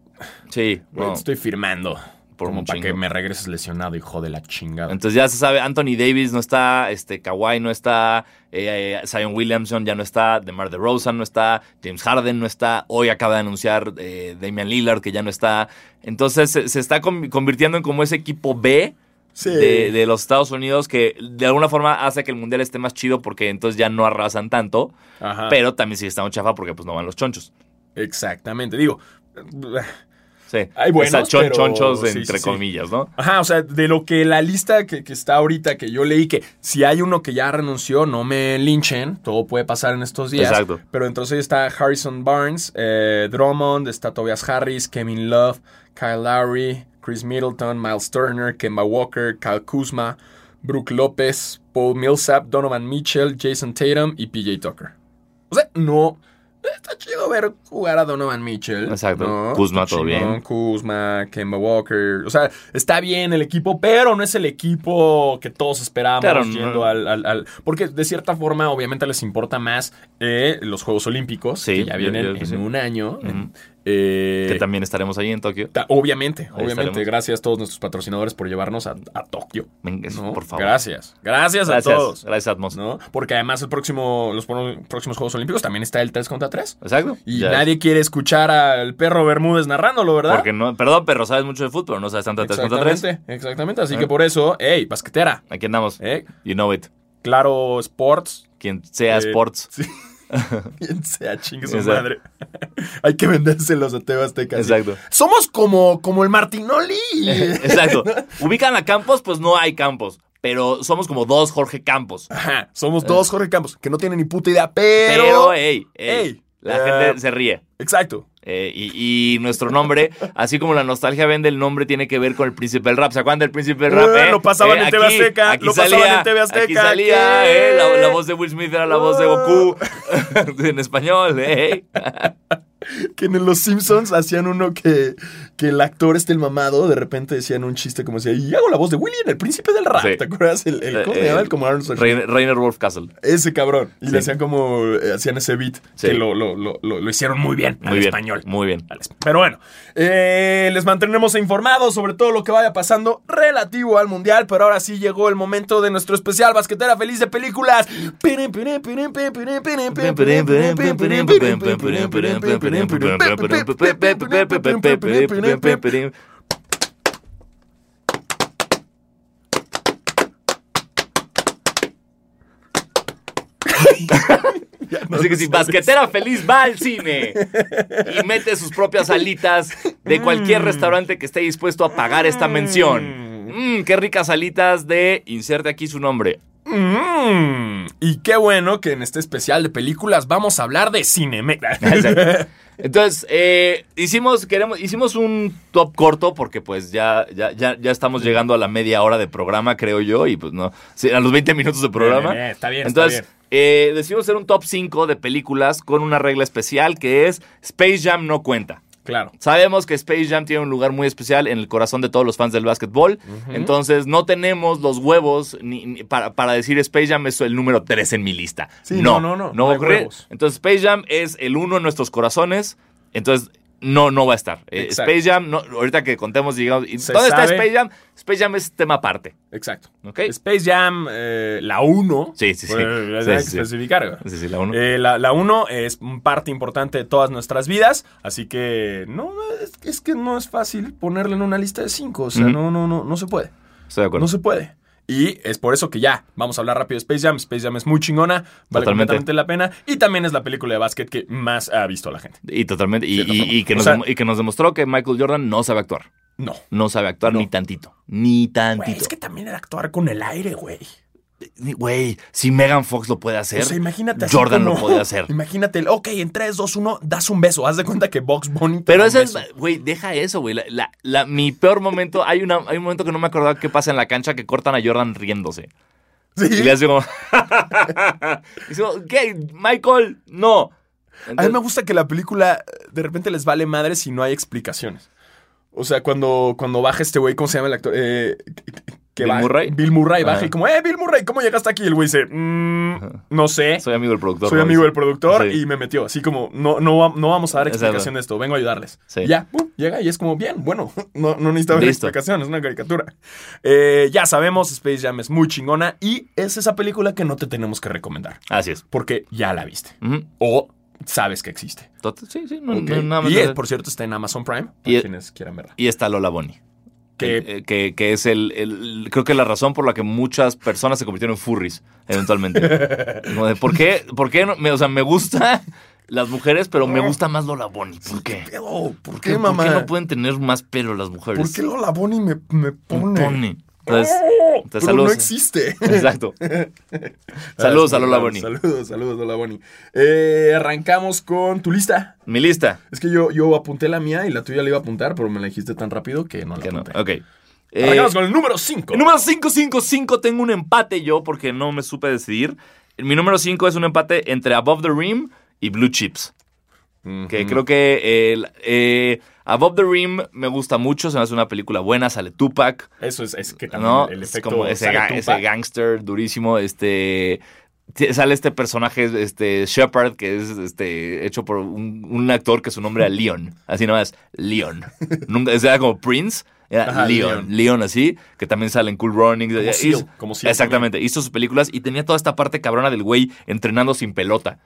Sí, güey, no. te estoy firmando. Por como un para que chingo. me regreses lesionado, hijo de la chingada. Entonces ya se sabe, Anthony Davis no está, este Kawhi no está, eh, eh, Zion Williamson ya no está, DeMar DeRozan no está, James Harden no está, hoy acaba de anunciar eh, Damian Lillard que ya no está. Entonces se, se está conv- convirtiendo en como ese equipo B Sí. de, de los Estados Unidos que de alguna forma hace que el Mundial esté más chido porque entonces ya no arrasan tanto, Ajá. pero también sigue estando chafa porque pues no van los chonchos. Exactamente. Digo. Sí, Hay buenos, O sea, chon- pero- chonchos sí, sí, entre sí. comillas, ¿no? Ajá, o sea, de lo que la lista que, que está ahorita que yo leí, que si hay uno que ya renunció, no me linchen, todo puede pasar en estos días. Exacto. Pero entonces está Harrison Barnes, eh, Drummond, está Tobias Harris, Kevin Love, Kyle Lowry, Chris Middleton, Miles Turner, Kemba Walker, Kyle Kuzma, Brook López, Paul Millsap, Donovan Mitchell, Jason Tatum y PJ Tucker. O sea, no. Está chido ver jugar a Donovan Mitchell. Exacto. ¿no? Kuzma, Está todo bien. chingón. Kuzma, Kemba Walker. O sea, está bien el equipo, pero no es el equipo que todos esperábamos Claro, no. yendo al, al- al- Porque de cierta forma, obviamente, les importa más eh, los Juegos Olímpicos, Sí, que ya yo- vienen yo creo que en sí. un año. Ujú. en- eh, Que también estaremos ahí en Tokio. ta- Obviamente, obviamente. estaremos. Gracias a todos nuestros patrocinadores por llevarnos a, a Tokio. Venga, ¿no? por favor. Gracias. Gracias, Gracias, a todos. gracias, Atmos. ¿no? Porque además el próximo, los pro- próximos Juegos Olímpicos también está el 3 contra 3. Exacto. Y Ya. nadie quiere escuchar al perro Bermúdez narrándolo, ¿verdad? Porque no, perdón, pero sabes mucho de fútbol, no sabes tanto de 3 contra 3. exactamente, exactamente. Así Ah. que por eso, hey, basquetera, Aquí andamos. ¿eh? You know it. Claro Sports. Quien sea eh, sports. sí. Quien sea, chingue su Exacto. madre. Hay que vendérselos a Teo Azteca. sí. Exacto. Somos como, como el Martinoli. Exacto. Ubican a Campos, pues no hay Campos. Pero somos como dos Jorge Campos. Ajá, somos dos Jorge Campos que no tienen ni puta idea, Eh. pero. Pero, eh. hey, hey, Ey, la eh, gente se ríe. Exacto. Eh, y, y nuestro nombre, así como la nostalgia vende, el nombre tiene que ver con el príncipe del rap. ¿Se acuerdan del príncipe del rap? Eh, eh? lo pasaban Eh, en TV Azteca, lo pasaban en TV Aquí Azteca, salía, ¿qué? Oh. eh, la, la voz de Will Smith era la voz de Goku en español. eh. Que en Los Simpsons hacían uno que, que el actor, este el mamado, de repente decían un chiste como decía, y hago la voz de Willy en el príncipe del rap. Sí. ¿Te acuerdas? El, el- ¿Cómo se Eh, llama? eh, El como Arnold Schwarzenegger. Reiner, Reiner Wolf Castle. Ese cabrón. Y Sí. le hacían como. eh, Hacían ese beat. Sí. Que lo, lo, lo, lo- lo hicieron muy bien. Muy al bien. español. Muy bien. Al espa- Pero bueno, eh, les mantendremos informados sobre todo lo que vaya pasando relativo al mundial. Pero ahora sí llegó el momento de nuestro especial basquetera feliz de películas. Así que si basquetera feliz va al cine y mete sus propias alitas de cualquier restaurante que esté dispuesto a pagar esta mención. Mm, qué ricas alitas de inserte aquí su nombre. Mm, y qué bueno que en este especial de películas vamos a hablar de Cinemex. Exacto. Entonces, eh, hicimos, queremos, hicimos un top corto porque pues ya, ya, ya, ya estamos llegando a la media hora de programa, creo yo, y pues no, sí, a los 20 minutos de programa. Bien, bien, bien, está bien, está Entonces, eh, decidimos hacer un top 5 de películas con una regla especial que es Space Jam no cuenta. Claro. Sabemos que Space Jam tiene un lugar muy especial en el corazón de todos los fans del básquetbol. Entonces, no tenemos los huevos ni- ni para, para decir Space Jam es el número 3 en mi lista. Sí, no, no, no, no va a hay ocurrir. huevos. Entonces, Space Jam es el uno en nuestros corazones. Entonces, no, no va a estar. Eh, Exacto. Space Jam, no, ahorita que contemos, digamos, ¿y Se ¿dónde está sabe. Space Jam? Space Jam es tema aparte, Exacto. ¿ok? Space Jam, eh, la 1. Sí, sí, sí. Bueno, Sí, hay que sí, sí. especificar. güey. Sí, sí, la uno. Eh, la, la uno es parte importante de todas nuestras vidas, así que no es, es que no es fácil ponerla en una lista de cinco, o sea, Ujú. no, no, no, no se puede, Estoy de acuerdo. no se puede. Y es por eso que ya, vamos a hablar rápido de Space Jam. Space Jam es muy chingona, vale Totalmente. completamente la pena. Y también es la película de básquet que más ha visto la gente. Y totalmente. Y, Cierta y- forma. y que O nos, sea- dem- y que nos demostró que Michael Jordan no sabe actuar. No. No sabe actuar No. ni tantito. Ni Güey, tantito. es que también era actuar con el aire, güey. Güey, si Megan Fox lo puede hacer. O sea, imagínate así Jordan como- lo podía hacer. Imagínate, el, ok, en 3, 2, 1, das un beso. Haz de cuenta que Box Bunny. te Pero da un esa es, beso. güey, deja eso, güey. La- la- la- mi peor momento, hay, una, hay un momento que no me acordaba qué pasa en la cancha que cortan a Jordan riéndose. Y Sí. le hace como... y dice, ¿qué? Michael, no. A mí me Entonces, gusta que la película eh, de repente les vale madre si no hay explicaciones. O sea, cuando, cuando baja este güey, ¿cómo se llama el actor? Eh, que ¿Bill baja- Murray? Ah. Bill Murray baja Ajá. y como, eh, Bill Murray, ¿cómo llegaste aquí? Y el güey dice, "Mm, no sé, soy, soy amigo del productor. ¿no? amigo del productor Sí. y me metió. Así como, no, no, va- no vamos a dar Exacto. explicación de esto, vengo a ayudarles. Sí. Y Ya, pum, llega y es como, bien, bueno, no, no necesita ver Listo. explicación, es una caricatura. Eh, ya sabemos, Space Jam es muy chingona y es esa película que no te tenemos que recomendar Así es. porque ya la viste Ujú. o sabes que existe. Tot- Sí, sí, no, Ok. no- nada más. y eh, por cierto está en Amazon Prime, para Y- quienes quieran verla. Y está Lola Bonnie. Que- Eh, que, que es el, el- creo que la razón por la que muchas personas se convirtieron en furries eventualmente. Como de, ¿por qué? ¿Por qué no? Me, o sea, me gusta las mujeres, pero me gusta más Lola Bonnie. ¿Por qué? Pero, ¿por ¿Qué- Ah. qué, mamá? ¿Por qué no pueden tener más pelo las mujeres? ¿Por qué Lola Bonnie me, Me me pone? pone. Entonces, ¡Oh! te Pero saludos. no existe. exacto. Ah, Saludos a Lola Bonnie. Saludos, saludos, Lola Bonnie. Eh, arrancamos con tu lista. Mi lista. Es que yo, yo apunté la mía y la tuya la iba a apuntar, pero me la dijiste tan rápido que no la Que no. apunté. Ok. Eh, Arrancamos con el número 5. El número 555 tengo un empate yo porque no me supe decidir. Mi número 5 es un empate entre Above the Rim y Blue Chips. Que creo que el, eh, Above the Rim me gusta mucho, se me hace una película buena, sale Tupac, Eso es, es que también ¿no? el Es efecto como ese, sale ga- Tupac. ese gangster durísimo, este... t- Sale este personaje, este Shepard, que es este hecho por un, un actor que su nombre era Leon. Así nomás, Leon. Nunca, o sea, era como Prince, era Ajá, Leon. Leon así, que también sale en Cool Running. Como Y- Seal, como Seal Exactamente, hizo sus películas y tenía toda esta parte cabrona del güey entrenando sin pelota.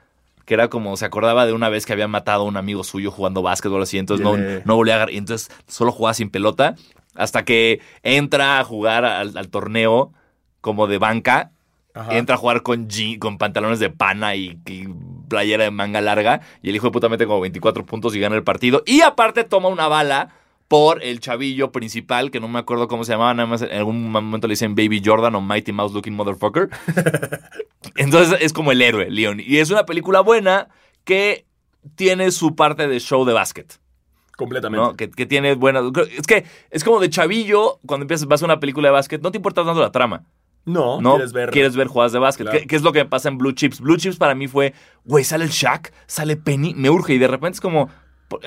Que era como, se acordaba de una vez que había matado a un amigo suyo jugando básquetbol así, entonces no, Yele. no volvía a agarrar, y entonces solo jugaba sin pelota hasta que entra a jugar al, al torneo como de banca, Ajá. entra a jugar con, je- con pantalones de pana y, y playera de manga larga, y el hijo de puta mete como 24 puntos y gana el partido, y aparte toma una bala por el chavillo principal, que no me acuerdo cómo se llamaba, nada más en algún momento le dicen Baby Jordan o Mighty Mouse Looking Motherfucker. Entonces es como el héroe, Leon. Y es una película buena que tiene su parte de show de básquet. Completamente. ¿no? Que, que tiene buenas. Es que es como de chavillo, cuando empiezas, vas a una película de básquet, no te importa tanto la trama. No, No quieres ver. jugadas de básquet. Claro. ¿Qué, qué es lo que me pasa en Blue Chips? Blue Chips para mí fue, güey, sale el Shaq, sale Penny, me urge. Y de repente es como,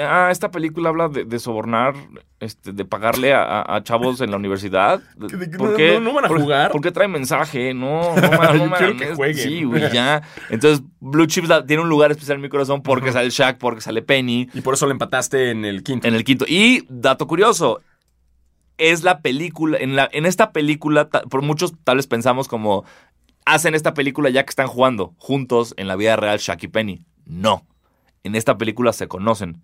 ah, esta película habla de, de sobornar, este, de pagarle a, a- a chavos en la universidad. Que- de que ¿Por no- qué? no- no van a ¿Por- jugar. ¿Por qué trae mensaje? No, no, ma- Yo no ma- quiero que es- jueguen. Sí, güey, ya. Entonces, Blue Chips la- tiene un lugar especial en mi corazón porque sale el Shaq, porque sale Penny. Y por eso le empataste en el quinto. En el quinto. Y dato curioso, es la película, en, la, en esta película, ta- por muchos tal vez pensamos como, hacen esta película ya que están jugando juntos en la vida real Shaq y Penny. No, en esta película se conocen.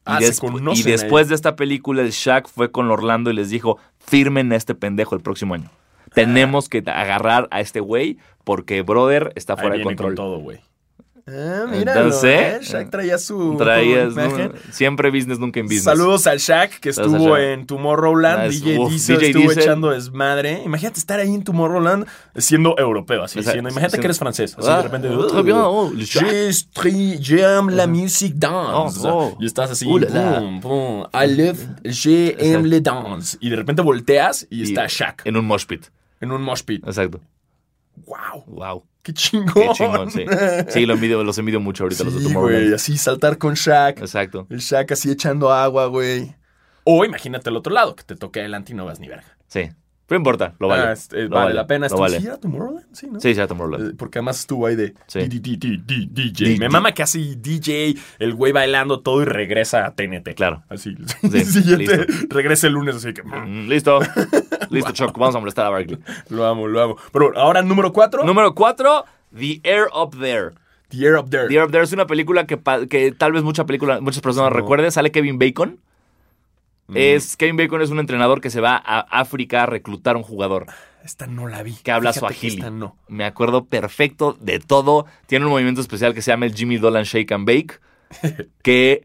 Y, Ah, se despu- conocen y después de esta película, el Shaq fue con Orlando y les dijo, firmen a este pendejo el próximo año. Tenemos que agarrar a este güey porque, brother, está Ahí fuera de viene control. con todo, güey. Ah, míralo, Entonces, eh, Shaq traía su Traías, ¿no? siempre business, nunca en business. Saludos al Shaq que Saludos estuvo al Shaq. en Tomorrowland. Ah, es- DJ uf, Diesel DJ estuvo Diesel. echando desmadre. Imagínate estar ahí en Tomorrowland siendo europeo, así. Exacto. siendo- imagínate Sí. que eres francés. Así Ah, de repente. "Uh, très bien, oh, le Shaq. "Je suis- j'aime la musique dance. Oh, oh. Y estás así. Uh, la, la. boom, boom, I love, j'aime le dance. Y de repente volteas y, Y- está Shaq En un mosh pit. en un mosh pit. Exacto. ¡Wow! Wow. ¡Qué chingón! Qué chingón, sí. Sí, lo envidio- los envidio mucho ahorita los de Sí, Tomorrowland. güey, así saltar con Shaq. Exacto. El Shaq así echando agua, güey. O imagínate el otro lado, que te toque adelante y no vas ni verga. Sí. Pero no importa, lo vale. Ah, este, Lo vale, la pena. Lo Estuvo- vale. ¿Sí era Tomorrowland? Sí, ¿no? Sí, sí, Tomorrowland. Eh, Porque además estuvo ahí de Sí. di- di- di- di- DJ. Di- Me di- mama que hace DJ, el güey bailando todo y regresa a TNT. Claro. Así. Sí, siguiente. listo. Regresa el lunes, así que. mm, Mm, Listo. Listo, Choc. Vamos a molestar a Barkley. Lo amo, lo amo. Pero ahora, número cuatro. Número 4, The Air Up There. The Air Up There. The Air Up There es una película que, pa- que tal vez mucha película, muchas personas recuerden. Sale Kevin Bacon. Mm. Es, Kevin Bacon es un entrenador que se va a África a reclutar un jugador. Esta no la vi. que habla Fíjate suajili. Esta no. Me acuerdo perfecto de todo. Tiene un movimiento especial que se llama el Jimmy Dolan Shake and Bake. Que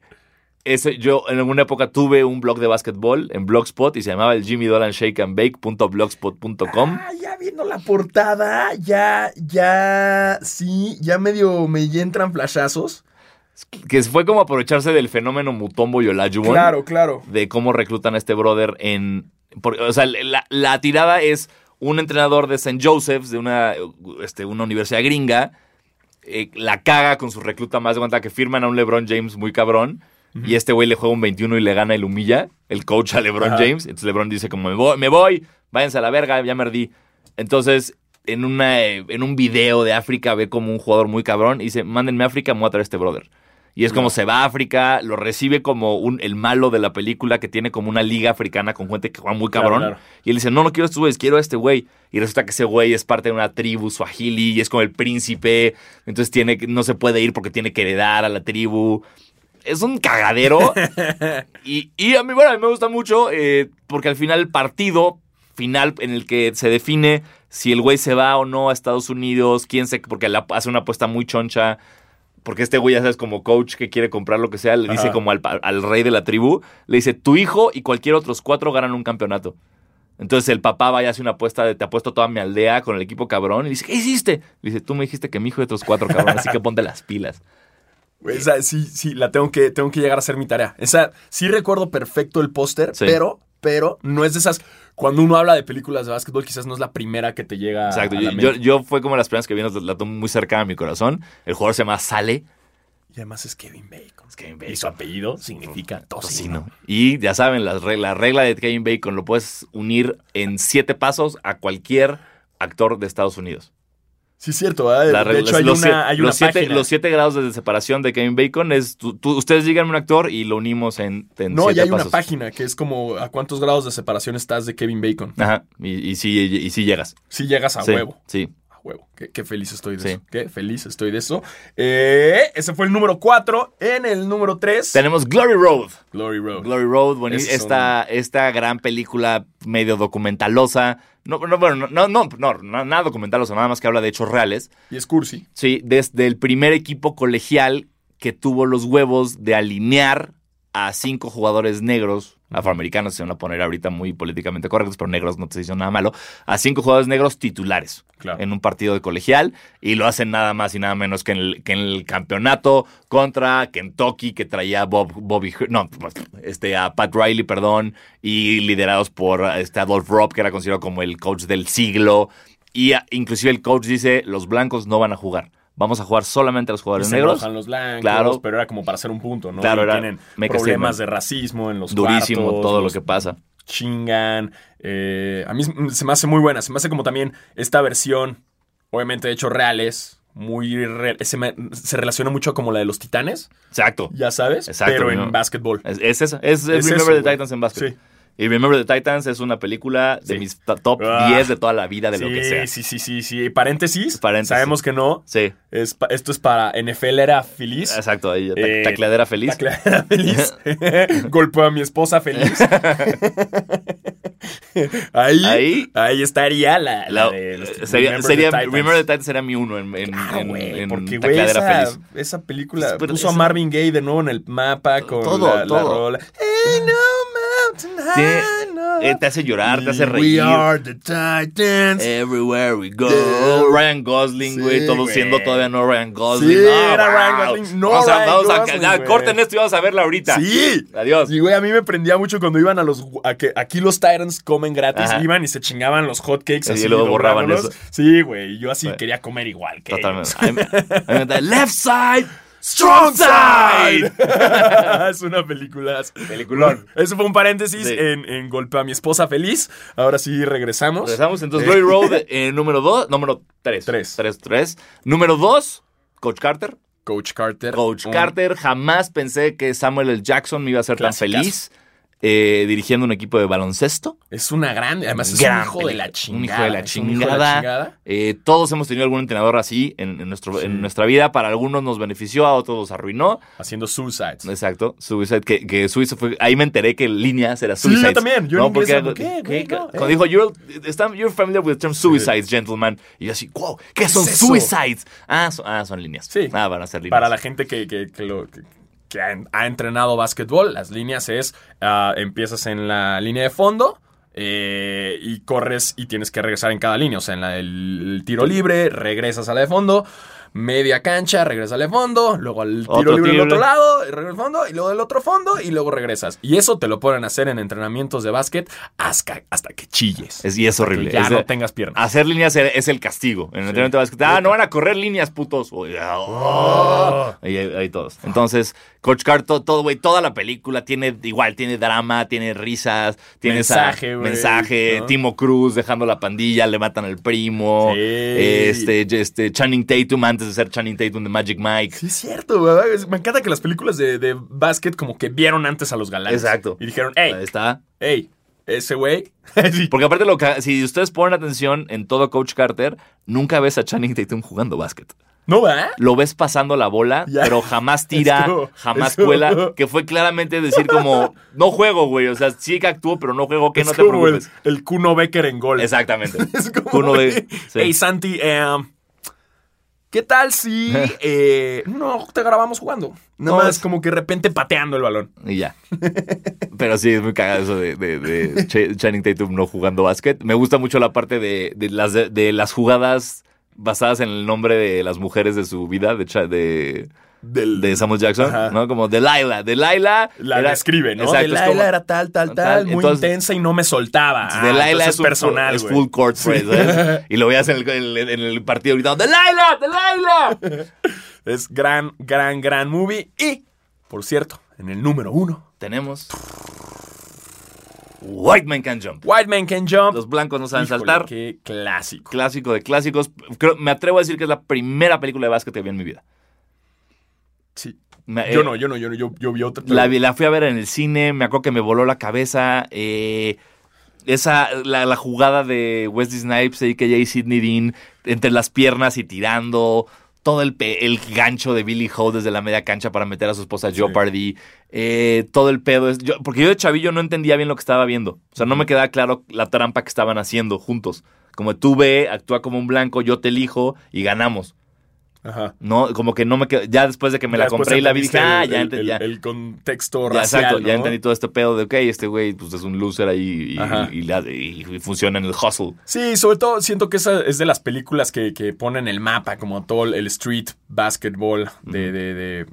ese, yo en alguna época tuve un blog de básquetbol en Blogspot y se llamaba el Jimmy Dolan Shake and Bake.blogspot.com. Ah, ya viendo la portada, ya, ya, sí, ya medio me entran flashazos. Que fue como aprovecharse del fenómeno Mutombo y Olajuwon. Claro, claro. de cómo reclutan a este brother en... por- o sea, la, la tirada es un entrenador de St. Joseph's, de una, este, una universidad gringa, eh, la caga con su recluta más de cuenta que firman a un LeBron James muy cabrón. Y este güey le juega un 21 y le gana y lo humilla. El coach a LeBron Ajá. James. Entonces LeBron dice como, me voy, me voy, váyanse a la verga, ya me ardí. Entonces, en, una, eh, en un video de África ve como un jugador muy cabrón y dice, mándenme a África, me voy a traer a este brother. Y es como se va a África, lo recibe como un, el malo de la película que tiene como una liga africana con gente que juega muy Claro, cabrón. claro. Y él dice, no, no quiero a estos güeyes, quiero a este güey. Y resulta que ese güey es parte de una tribu suajili y es como el príncipe. Entonces tiene, que- no se puede ir porque tiene que heredar a la tribu. Es un cagadero. y, y a mí, bueno, a mí me gusta mucho eh, porque al final el partido final en el que se define si el güey se va o no a Estados Unidos, quién se... Porque la- hace una apuesta muy choncha. Porque este güey, ya sabes, como coach que quiere comprar lo que sea, le dice Ajá. como al, pa- al rey de la tribu, le dice, tu hijo y cualquier otros cuatro ganan un campeonato. Entonces el papá va y hace una apuesta de, te apuesto toda mi aldea con el equipo cabrón, y dice, ¿qué hiciste? Le dice, tú me dijiste que mi hijo y otros cuatro cabrón, así que ponte las pilas. Güey, Esa, sí, sí, la tengo que, tengo que llegar a hacer mi tarea. Esa, sí recuerdo perfecto el póster, Sí. pero, pero no es de esas. Cuando uno habla de películas de básquetbol, quizás no es la primera que te llega. Exacto, a yo, Ah, la yo, mente. yo fue como las primeras que vino, la tomo muy cerca a mi corazón. El jugador se llama Sale, Y además es Kevin Bacon. Es Kevin Bacon. Y su apellido significa tocino. tocino. Y ya saben, la regla, la regla de Kevin Bacon lo puedes unir en siete pasos a cualquier actor de Estados Unidos. Sí, es cierto. ¿verdad? La de regla hecho, es hay los, sie- una, hay una los siete, página. los siete grados de separación de Kevin Bacon es, tú- tú- ustedes díganme un actor y lo unimos en, en no, siete y hay pasos. una página que es como a cuántos grados de separación estás de Kevin Bacon. Ajá, y, y sí, y, y sí llegas. Si llegas a sí, huevo. Sí. A huevo. Qué, qué feliz estoy de Sí. eso. Qué feliz estoy de eso. Eh, ese fue el número 4. En el número 3. Tenemos Glory Road. Glory Road. Glory Road, bueno, Ese es esta, esta gran película medio documentalosa. No, no, bueno, no, no, no, no, nada documentalosa, nada más que habla de hechos reales. Y es cursi. Sí, desde el primer equipo colegial que tuvo los huevos de alinear a cinco jugadores negros, afroamericanos, se van a poner ahorita muy políticamente correctos, pero negros no te dicen nada malo, a cinco jugadores negros titulares Claro. en un partido de colegial y lo hacen nada más y nada menos que en el, que en el campeonato contra Kentucky que traía a Bob, Bobby, Hur- no, este, a Pat Riley, perdón, y liderados por este, Adolph Robb, que era considerado como el coach del siglo. Y a- inclusive el coach dice, los blancos no van a jugar, vamos a jugar solamente a los Y jugadores se negros. enojan los blancos, Claro. pero era como para hacer un punto, ¿no? Claro, Y era- tienen me castigan. problemas de racismo en los Durísimo cuartos, todo lo los que pasa. chingan. eh, a mí se me hace muy buena. Se me hace como también esta versión, obviamente de hechos reales, muy re- se, me- se relaciona mucho como la de los titanes, Exacto. ya sabes, Exacto, pero en ¿no? básquetbol. Es, es eso, es, es Es Remember eso, the güey. Titans en básquet. Sí. Y Remember the Titans es una película de Sí. mis t- top Ah. 10 de toda la vida, de lo que sea. Sí, sí, sí, sí, sí. Paréntesis, Paréntesis. sabemos que no. Sí, Es pa- esto es para NFL era feliz. exacto. ahí, ta- Eh, tacleadera feliz. Taclea era feliz. Golpeó a mi esposa feliz. ahí, ahí, Ahí. estaría la. la La- eh, de los- sería, Remember sería- the Titans. Remember the Titans sería mi uno en, en, Ah, en- güey, en porque, güey, tacleadera esa, feliz. esa película Pues, pero puso a esa- Marvin Gaye de nuevo en el mapa con Todo, la, la todo. rola. Ain't no mountain high enough. Sí, eh, te hace llorar, te hace We reír. Eh, are the Titans. Everywhere we go. Dude. Ryan Gosling, Sí, güey. todo güey. siendo todavía no Ryan Gosling. Sí, Ah, era Ryan wow. Gosling, no Vamos a- Ryan vamos a- Gosling, ya, güey. corten esto y vamos a verla ahorita. Sí. Adiós. Y güey, a mí me prendía mucho cuando iban a los a que aquí los Tyrants comen gratis, Ajá. iban y se chingaban los hotcakes Y así luego borraban doblándolos. eso. Sí, güey, yo así Güey. quería comer igual que Totalmente. ellos. A mí me- a mí me da, Left side. Strong Side. es una película. Peliculón. Eso fue un paréntesis Sí. en, en Golpe a mi esposa feliz. Ahora sí regresamos. Regresamos entonces. Eh. Glory Road, eh, número 2, número 3. Tres. 3, 3. Número 2, Coach Carter. Coach Carter. Coach un- Carter, jamás pensé que Samuel L. Jackson me iba a hacer tan Clasicazo. feliz eh, dirigiendo un equipo de baloncesto. Es una grande. Además, es Gran un hijo de película. la chingada. Un hijo de la es un hijo de la chingada. chingada. Eh, todos hemos tenido algún entrenador así en, en nuestro, Sí. en nuestra vida. Para algunos nos benefició, a otros nos arruinó. Haciendo suicides. Exacto. Suicide, que, que Suicide fue. Ahí me enteré que líneas era Sí, Suicide. yo también. Yo en inglés era como, ¿qué, güey? No, Cuando eh. dijo, you're, está- you're familiar with the term suicides, gentlemen. Y yo así, wow, ¿qué son es eso? suicides? Ah, son, ah, son líneas. Sí. Ah, van a ser líneas. Para la gente que, que, que lo- que- que ha, ha entrenado básquetbol, las líneas es, ah, empiezas en la línea de fondo eh, y corres y tienes que regresar en cada línea. O sea, en la del tiro libre, regresas a la de fondo, media cancha, regresas a la de fondo, luego al tiro Otro libre tiro del otro libre. lado, y regresas al fondo, y luego del otro fondo, y luego regresas. Y eso te lo ponen a hacer en entrenamientos de básquet hasta, hasta que chilles. Es, y es horrible. que ya Es no de- Ah, tengas piernas. Hacer líneas e-, es es el castigo. En el entrenamiento de básquet, ah, no van a correr líneas, putos. Oye, ah, oh. Ahí, ahí- ahí todos. Entonces, Coach Carter, todo, güey, toda la película tiene igual, tiene drama, tiene risas, tiene esa- Mensaje, güey, mensaje, ¿no? Timo Cruz dejando la pandilla, le matan al primo, Sí. este, este, Channing Tatum antes de ser Channing Tatum de Magic Mike. Sí, es cierto, güey. Es- Me encanta que las películas de, de básquet como que vieron antes a los galanes. Exacto. Y dijeron, Ahí hey, está. hey, ese güey. Sí. Porque aparte, lo que- si ustedes ponen atención en todo Coach Carter, nunca ves a Channing Tatum jugando básquet. ¿No va? lo ves pasando la bola, Ya. pero jamás tira, Estuvo, jamás estuvo. cuela, que fue claramente decir como, no juego, güey, o sea, sí que actúo, pero no juego, que es no te como el, preocupes. el Kuno Becker en gol. Exactamente. Es como, Kuno güey, Be- sí. hey, Santi, em, ¿qué tal si eh, no te grabamos jugando? No, Nada más es- como que de repente pateando el balón. Y ya. Pero sí, es muy cagado eso de, de- de Ch- Channing Tatum no jugando básquet. Me gusta mucho la parte de, de las, de, las jugadas basadas en el nombre de las mujeres de su vida, de, Cha- de, Del, de Samuel Jackson, Ajá. ¿no? Como Delilah. Delilah. la era- describe, ¿no? Exacto, es Delilah como- era tal, tal, tal, Tal, muy entonces- intensa y no me soltaba. Ah, Delilah entonces es, un- personal, es güey. full court press, ¿sabes? Y lo veías en el, en el- en el partido gritando, ¡Delilah! ¡Delilah! Es gran, gran, gran movie. Y, por cierto, en el número uno, Tenemos... White Man Can Jump. White Man Can Jump. Los blancos no saben Híjole, saltar. Qué clásico. Clásico de clásicos. Creo- me atrevo a decir que es la primera película de básquet que vi en mi vida. Sí. Me- yo eh, no, yo no, yo no, yo, yo vi otra. La, vi- la fui a ver en el cine, me acuerdo que me voló la cabeza. eh, esa, la, la jugada de Wesley Snipes, AKJ Sidney Dean, entre las piernas y tirando. Todo el, pe- el gancho de Billy Ho desde la media cancha para meter a su esposa Jeopardy. eh, todo el pedo. Es, yo- porque yo de chavillo no entendía bien lo que estaba viendo. O sea, no me quedaba claro la trampa que estaban haciendo juntos. Como tú ve, actúa como un blanco, yo te elijo y ganamos. Ajá. No, como que no me quedó. Ya después de que me Ya la después compré y la vi, dije, entendiste ah, el, ya, el- ente- el- ya. el contexto Ya, racial. exacto, ya ¿no? entendí todo este pedo de, ok, este güey pues, es un loser ahí y, Ajá. y la- y- y funciona en el hustle. Sí, sobre todo siento que esa es de las películas que, que ponen el mapa, como todo el street basketball de, de, de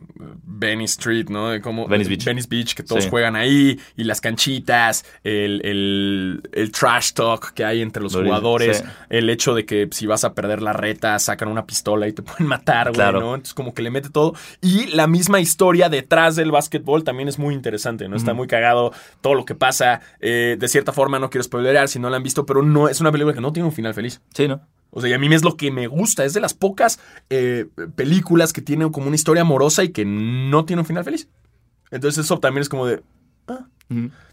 Venice Street, ¿no? De cómo- Venice Beach. Venice Beach, que todos Sí. juegan ahí, y las canchitas, el, el- el trash talk que hay entre los Lo original, jugadores, sí. el hecho de que si vas a perder la reta, sacan una pistola y te pueden matar, güey, Claro. ¿no? Entonces como que le mete todo. Y la misma historia detrás del básquetbol también es muy interesante, ¿no? Está muy cagado todo lo que pasa. Eh, de cierta forma, no quiero spoilerear si no la han visto, pero no es una película que no tiene un final feliz. Sí, ¿no? O sea, y a mí es lo que me gusta. Es de las pocas eh, películas que tienen como una historia amorosa y que no tiene un final feliz. Entonces eso también es como de... ah.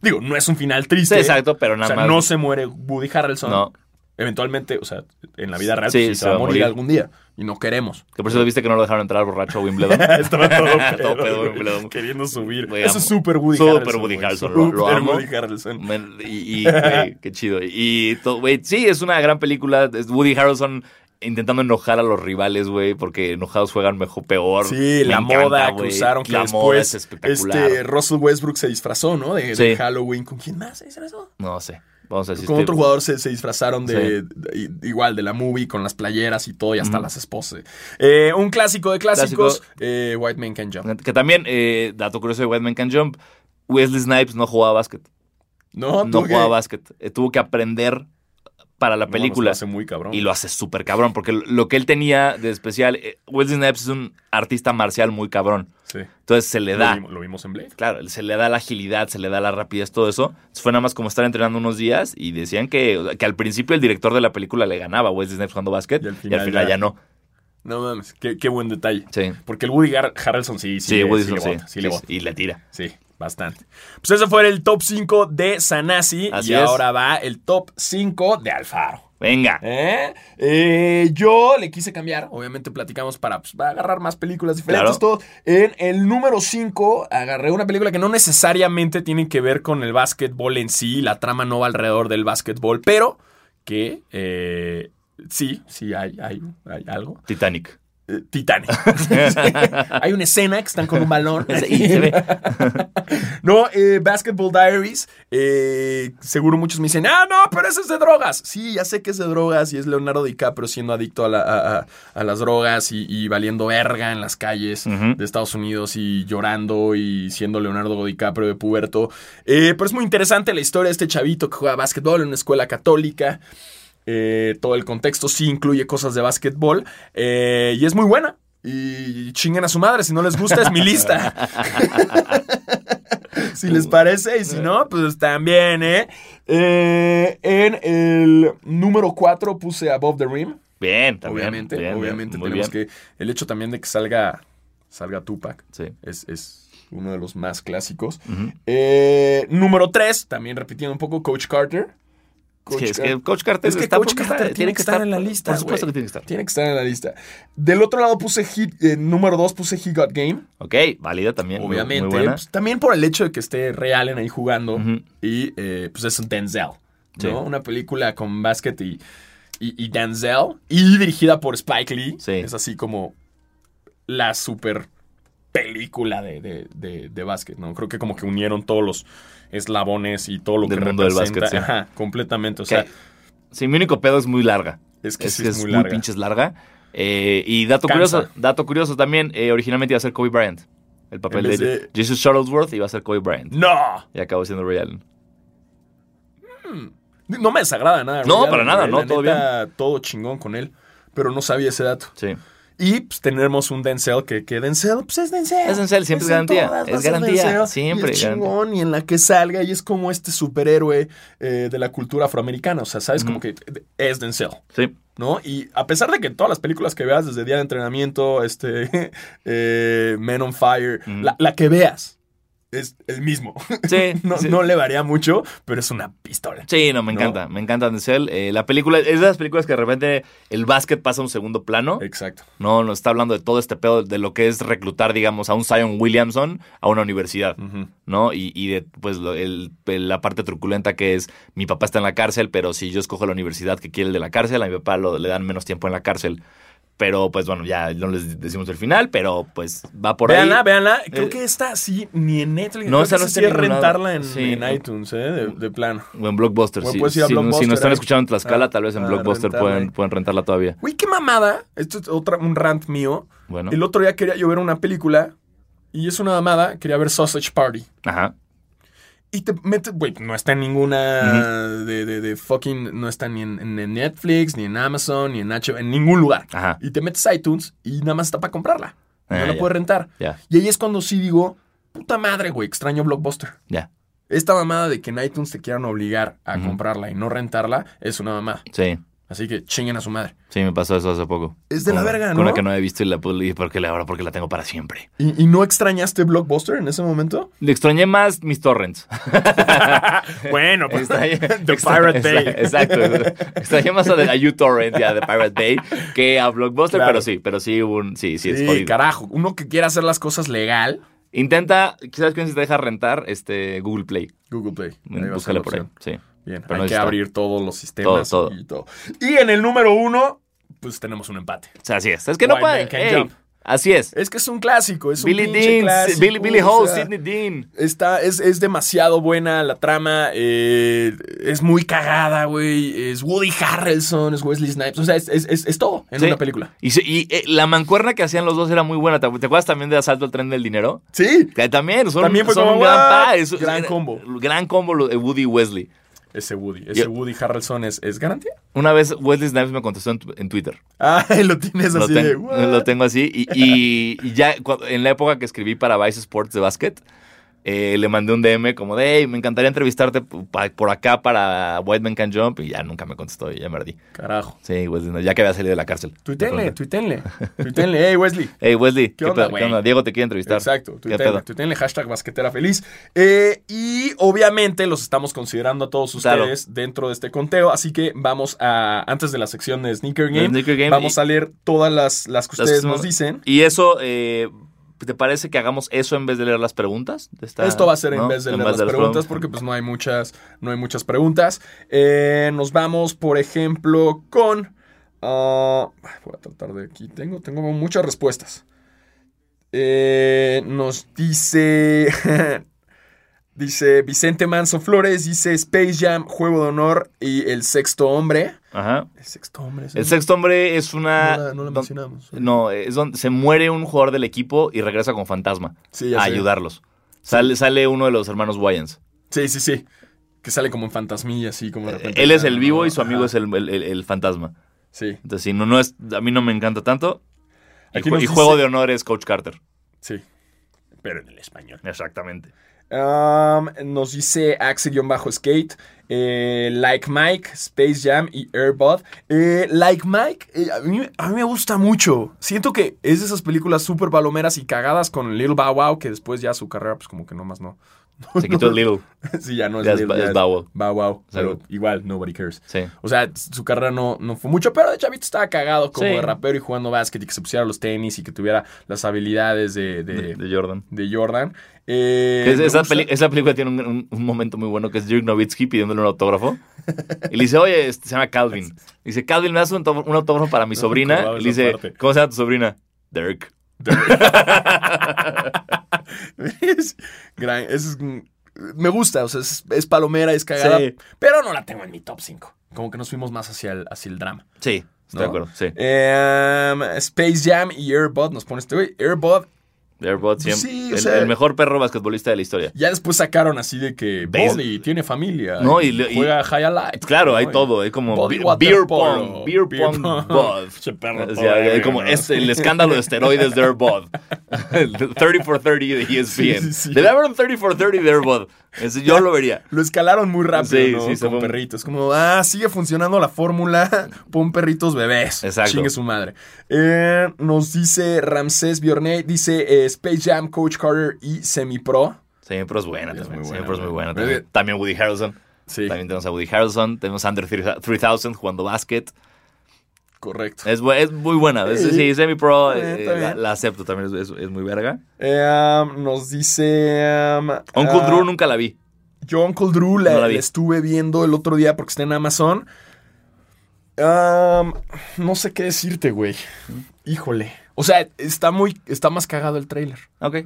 Digo, no es un final triste. exacto, pero O nada sea, más. no se muere Woody Harrelson. No. Eventualmente, o sea, en la vida real Sí, pues, sí, se, va a morir, morir. algún día. Y no queremos. Que por eso viste que no lo dejaron entrar borracho a Wimbledon. Estaba todo pedo, Todo pedo, güey, Wimbledon. queriendo subir. Güey, Eso amo. es súper Woody Súper Harrelson. Woody güey, Harrelson, lo- lo súper amo. Woody Harrelson. Men- y, y, güey, qué chido. Y, to- güey, sí, es una gran película. Es Woody Harrelson intentando enojar a los rivales, güey, porque enojados juegan mejor, peor. Sí, la Me encanta, moda que güey. usaron que La después moda es espectacular. este Russell Westbrook se disfrazó, ¿no? De, de Sí. Halloween. ¿Con quién más se disfrazó? No sé. Vamos a decir. Con este- otro jugador se, se disfrazaron de, de- igual de la movie con las playeras y todo y hasta Ujú. las esposas. Eh, un clásico de clásicos, Clásico. eh, White Man Can Jump. Que también, eh, dato curioso de White Man Can Jump, Wesley Snipes no jugaba básquet. No, no ¿Tú qué? jugaba básquet. Eh, tuvo que aprender para la No, película. nos hace muy cabrón. Y lo hace súper cabrón, porque lo- lo que él tenía de especial, eh, Wesley Snipes es un artista marcial muy cabrón. Sí. Entonces se le Lo, da, vimos, lo vimos en Blade. claro, se le da la agilidad, se le da la rapidez, todo eso. Entonces, fue nada más como estar entrenando unos días y decían que, o sea, que al principio el director de la película le ganaba a Wesley Snipes jugando básquet y al final, ya. no. No mames, qué, qué buen detalle. Sí, Porque el Woody Har- Harrelson sí, sí, sí, le- Wesley sí le Snipes, sí, bota, sí le sí, bota. y le tira. Sí, bastante. Pues ese fue el top 5 de Sanasi. Así y es. ahora va el top 5 de Alfaro. Venga. ¿Eh? Eh, yo le quise cambiar. Obviamente platicamos para, pues, para agarrar más películas Claro. diferentes. todo. En el número 5 agarré una película que no necesariamente tiene que ver con el básquetbol en sí. La trama no va alrededor del básquetbol, pero que eh, sí, sí hay, hay, hay algo. Titanic. Eh, Titanic. hay una escena que están con un balón. Y se ve. No, eh, Basketball Diaries. eh, seguro muchos me dicen, ah, no, pero ese es de drogas. Sí, ya sé que es de drogas y es Leonardo DiCaprio siendo adicto a, la- a- a- a las drogas y, y valiendo verga en las calles Ujú. de Estados Unidos y llorando y siendo Leonardo DiCaprio de puberto. Eh, pero es muy interesante la historia de este chavito que juega básquetbol en una escuela católica. Eh, todo el contexto sí incluye cosas de básquetbol. eh, y es muy buena. Y chinguen a su madre. Si no les gusta, es mi lista. si les parece. Y si no, pues también, ¿eh? Eh, en el número 4 puse Above the Rim. Bien, también. obviamente. bien, bien, obviamente muy tenemos bien. que. El hecho también de que salga, salga Tupac Sí. es, es uno de los más clásicos. Ujú. Eh, número 3, también repitiendo un poco, Coach Carter. Es Coach que, es Carter. que Coach Carter Es que está Coach porque está- Carter tiene que estar en la lista, Por supuesto güey. que tiene que estar. Tiene que estar en la lista. Del otro lado puse Hit, eh, número 2 puse He Got Game, Ok, válida también. muy- obviamente. Muy buena. Pues, también por el hecho de que esté Ray Allen ahí jugando. Ujú. Y eh, pues es un Denzel. ¿no? Sí. Una película con básquet y, y, y Denzel. Y dirigida por Spike Lee. Sí. Es así como la super película de, de, de- de básquet, ¿no? Creo que como que unieron todos los eslabones y todo lo Del que mundo del representa. básquet, sí. Ajá, completamente. O Ok. sea, Sí, mi único pedo es muy larga. es que es sí que es, muy muy larga. pinches larga. Eh, y dato Cansa. curioso, dato curioso también, eh, originalmente iba a ser Kobe Bryant. El papel En de, vez de- Jesus Shuttlesworth iba a ser Kobe Bryant. ¡No! Y acabó siendo Ray Allen. No me desagrada nada. No, Ray para Allen, nada, eh, no, la todo neta, Todo chingón con él. Pero no sabía ese dato. Sí. Y pues tenemos un Denzel que, que Denzel, pues es Denzel. Es Denzel, siempre es en garantía, todas, es va a ser garantía, Denzel, siempre Y es garantía. chingón y en la que salga y es como este superhéroe eh, de la cultura afroamericana. O sea, sabes como que es Denzel. Sí. ¿No? Y a pesar de que todas las películas que veas desde Día de Entrenamiento, este, eh, Men on Fire, Mm. la, la que veas es el mismo. Sí. No, sí. no le varía mucho, pero es una pistola. Sí, no, me No. encanta, me encanta Denzel. Eh, la película, es de las películas que de repente el básquet pasa a un segundo plano. Exacto. No, nos está hablando de todo este pedo de lo que es reclutar, digamos, a un Zion Williamson a una universidad. Ujú. ¿no? Y, y de, pues, lo- el- el- la parte truculenta que es, mi papá está en la cárcel, pero si yo escojo la universidad que quiere el de la cárcel, a mi papá lo- le dan menos tiempo en la cárcel. Pero, pues, bueno, ya no les decimos el final, pero, pues, va por véanla, ahí. véanla. Creo Eh, que esta sí, ni en Netflix. no, Creo esa que no está esa en sí es ningún lado. rentarla en, Sí, en no. iTuels, ¿eh? De, de plano. O en Blockbuster, Bueno, sí. puedes ir a si, no- si Blockbuster, no están eh. escuchando en Tlaxcala, Ah, tal vez en ah, Blockbuster rentarla ahí. pueden, pueden rentarla todavía. Güey, qué mamada. Esto es otra, un rant mío. Bueno, El otro día quería yo ver una película y es una mamada. Quería ver Sausage Party. ajá. Y te metes, güey, no está en ninguna de, de- de fucking, no está ni en, en Netflix, ni en Amazon, ni en HBO, en ningún lugar. Ajá. Y te metes a iTunes y nada más está para comprarla. Y Ah, no la ya. puedes rentar. Ya, Y ahí es cuando sí digo, puta madre, güey, extraño Blockbuster. ya. Esta mamada de que en iTunes te quieran obligar a Ujú. comprarla y no rentarla es una mamada. Sí, Así que chinguen a su madre. sí, me pasó eso hace poco. Es de la Con- verga, con ¿no? Una que no he visto y la puse, dije, ¿por qué la ahora? Porque la tengo para siempre. ¿Y, y no extrañaste Blockbuster en ese momento? Le extrañé más mis torrents. bueno, pues, Extrañé- The extra- Pirate extra- Bay. Exacto. Extrañé más a, de, a U-Torrent y a The Pirate Bay que a Blockbuster, Claro. pero sí, pero sí hubo un... Sí, sí, es Sí, jodido. carajo. Uno que quiera hacer las cosas legal, Intenta, quizás quién se te deja rentar este Google Play. Google Play. Ahí va a ser Mm, Búscale la por ahí. opción. Sí. Bien, Pero hay no que está. abrir todos los sistemas Todo, todo. y todo. Y en el número uno, pues tenemos un empate. O sea, así es. Es que no White puede... Man Can't ey, Jump. así es. Es que es un clásico, es Billy un pinche Dean, clásico, Billy, Billy o Ho, sea, Sidney Dean. Está, es, es demasiado buena la trama, eh, es muy cagada, güey. Es Woody Harrelson, es Wesley Snipes, o sea, es, es- es- es todo en Sí. una película. Y, se- y, eh, la mancuerna que hacían los dos era muy buena. ¿Te te acuerdas también de Asalto al Tren del Dinero? Sí, Que también son, También fue son como, un gran "What?" par, es- Gran era- combo. Gran combo lo de Woody y Wesley. Ese Woody. Ese Yo- Woody Harrelson es, es garantía. Una vez Wesley Snipes me contestó en, tu- en Twitter. Ah, lo tienes Lo, así ten- de. "What?". lo tengo así. Y, y- y ya cua- en la época que escribí para Vice Sports de básquet, eh, le mandé un DM como de, hey, me encantaría entrevistarte p- pa- por acá para White Man Can Jump. Y ya nunca me contestó y ya me ardí. Carajo. Sí, Wesley, no, ya que había salido de la cárcel. Tuitenle, tuitenle. Tuitenle. Hey, Wesley. Hey, Wesley, ¿qué, onda, pedo? güey? Diego te quiere entrevistar. Exacto, ¿Qué tuitenle, pedo? tuitenle, hashtag basquetera feliz. Eh, y obviamente los estamos considerando a todos Claro. ustedes dentro de este conteo, así que vamos a, antes de la sección de Sneaker De Game, Sneaker Game vamos y- a leer todas las, las que Las ustedes que nos son- dicen. Y eso, eh, ¿te parece que hagamos eso en vez de leer las preguntas? de esta- Esto va a ser en ¿no? vez de leer las de preguntas porque pues no hay muchas, no hay muchas preguntas. Eh, nos vamos, por ejemplo, con... ah, voy a tratar de aquí, tengo, tengo muchas respuestas. Eh, nos dice... dice Vicente Manso Flores, dice Space Jam, Juego de Honor y El Sexto Hombre. Ajá. El Sexto Hombre. ese El no- sexto hombre es una... No la, no la don- mencionamos. no, es donde se muere un jugador del equipo y regresa con fantasma Sí, ya a sé. ayudarlos. Sale, sale uno de los hermanos Wyans. Sí, sí, sí. Que sale como en fantasmilla, así como de repente. Eh, Él es el vivo y su amigo Ajá. es el, el- el- el fantasma. Sí. Entonces, sí, no, no es, a mí no me encanta tanto. Y, Aquí ju- nos y juego dice- de honor es Coach Carter. Sí. Pero en el español. Exactamente. nos dice Axel-Skate, eh, Like Mike, Space Jam y Airbot. Eh, like Mike, eh, a, mí, a mí me gusta mucho. Siento que es de esas películas súper palomeras y cagadas con Little Bow Wow, que después ya su carrera, pues como que nomás no. Se quitó el Little. sí, ya no es Ya es Lil, Ba- ya es Bow Wow. Bow Wow, pero Salud. igual, nobody cares. Sí. O sea, su carrera no, no fue mucho, pero de chavito estaba cagado como Sí. de rapero y jugando básquet y que se pusiera los tenis y que tuviera las habilidades de, De, de, de Jordan. de Jordan. Eh, Que es- me esa, gusta- peli- esa película tiene un, un- un momento muy bueno que es Dirk Nowitzki pidiéndole un autógrafo. Y le dice, oye, este, se llama Calvin. Y dice, Calvin, ¿me das un, autógrafo- un autógrafo para mi No sobrina? recordaba Y le dice, esa parte. ¿cómo se llama tu sobrina? Dirk. Es gran- es- me gusta, o sea, es, es palomera, es cagada, Sí. pero no la tengo en mi top 5. Como que nos fuimos más hacia el, hacia el drama. Sí, estoy ¿No? de acuerdo. Sí. Eh, um, Space Jam y Airbot nos pone este güey. Airbot, Airbot Pues siempre. sí, o el, sea- Pues el mejor perro basquetbolista de la historia. ya después sacaron así de que Base- Body tiene familia. No, y le- y- juega High Alive. Claro, ¿no? hay Y- todo. Hay como Body be- water beer polo, pong, beer beer pong, pong. bod. Ese perro O todo sea, hay negro, como ¿no? este, el escándalo de esteroides de Airbod. 30 for 30 de E ESPN. Sí, sí, sí. Debe haber un 30 for 30 de Airbod. Ese yo lo vería. Lo escalaron muy rápido, Sí, ¿no? sí, se fue- Con perritos. Como, ah, sigue funcionando la fórmula. Pon perritos bebés. Exacto. Chingue su madre. Eh, nos dice Ramsés Biornay, dice eh, Space Jam, Coach Carter y Semi Pro. Siempre es buena Es también. muy buena, Siempre es muy güey. buena Pero- también. También Woody Harrelson. Sí, También tenemos a Woody Harrelson. Tenemos a Under 3000 jugando básquet. correcto. Es, bu- es muy buena. Es- Sí. sí, semi-pro. Está bien, eh, está la, bien. la acepto también. Es, es- es muy verga. Eh, um, nos dice. um, Uncle ah, Drew nunca la vi. Yo Uncle Drew la, No la la vi. estuve viendo el otro día porque está en Amazon. Um, no sé qué decirte, güey. Híjole. O sea, está muy. Está más cagado el trailer. Ok.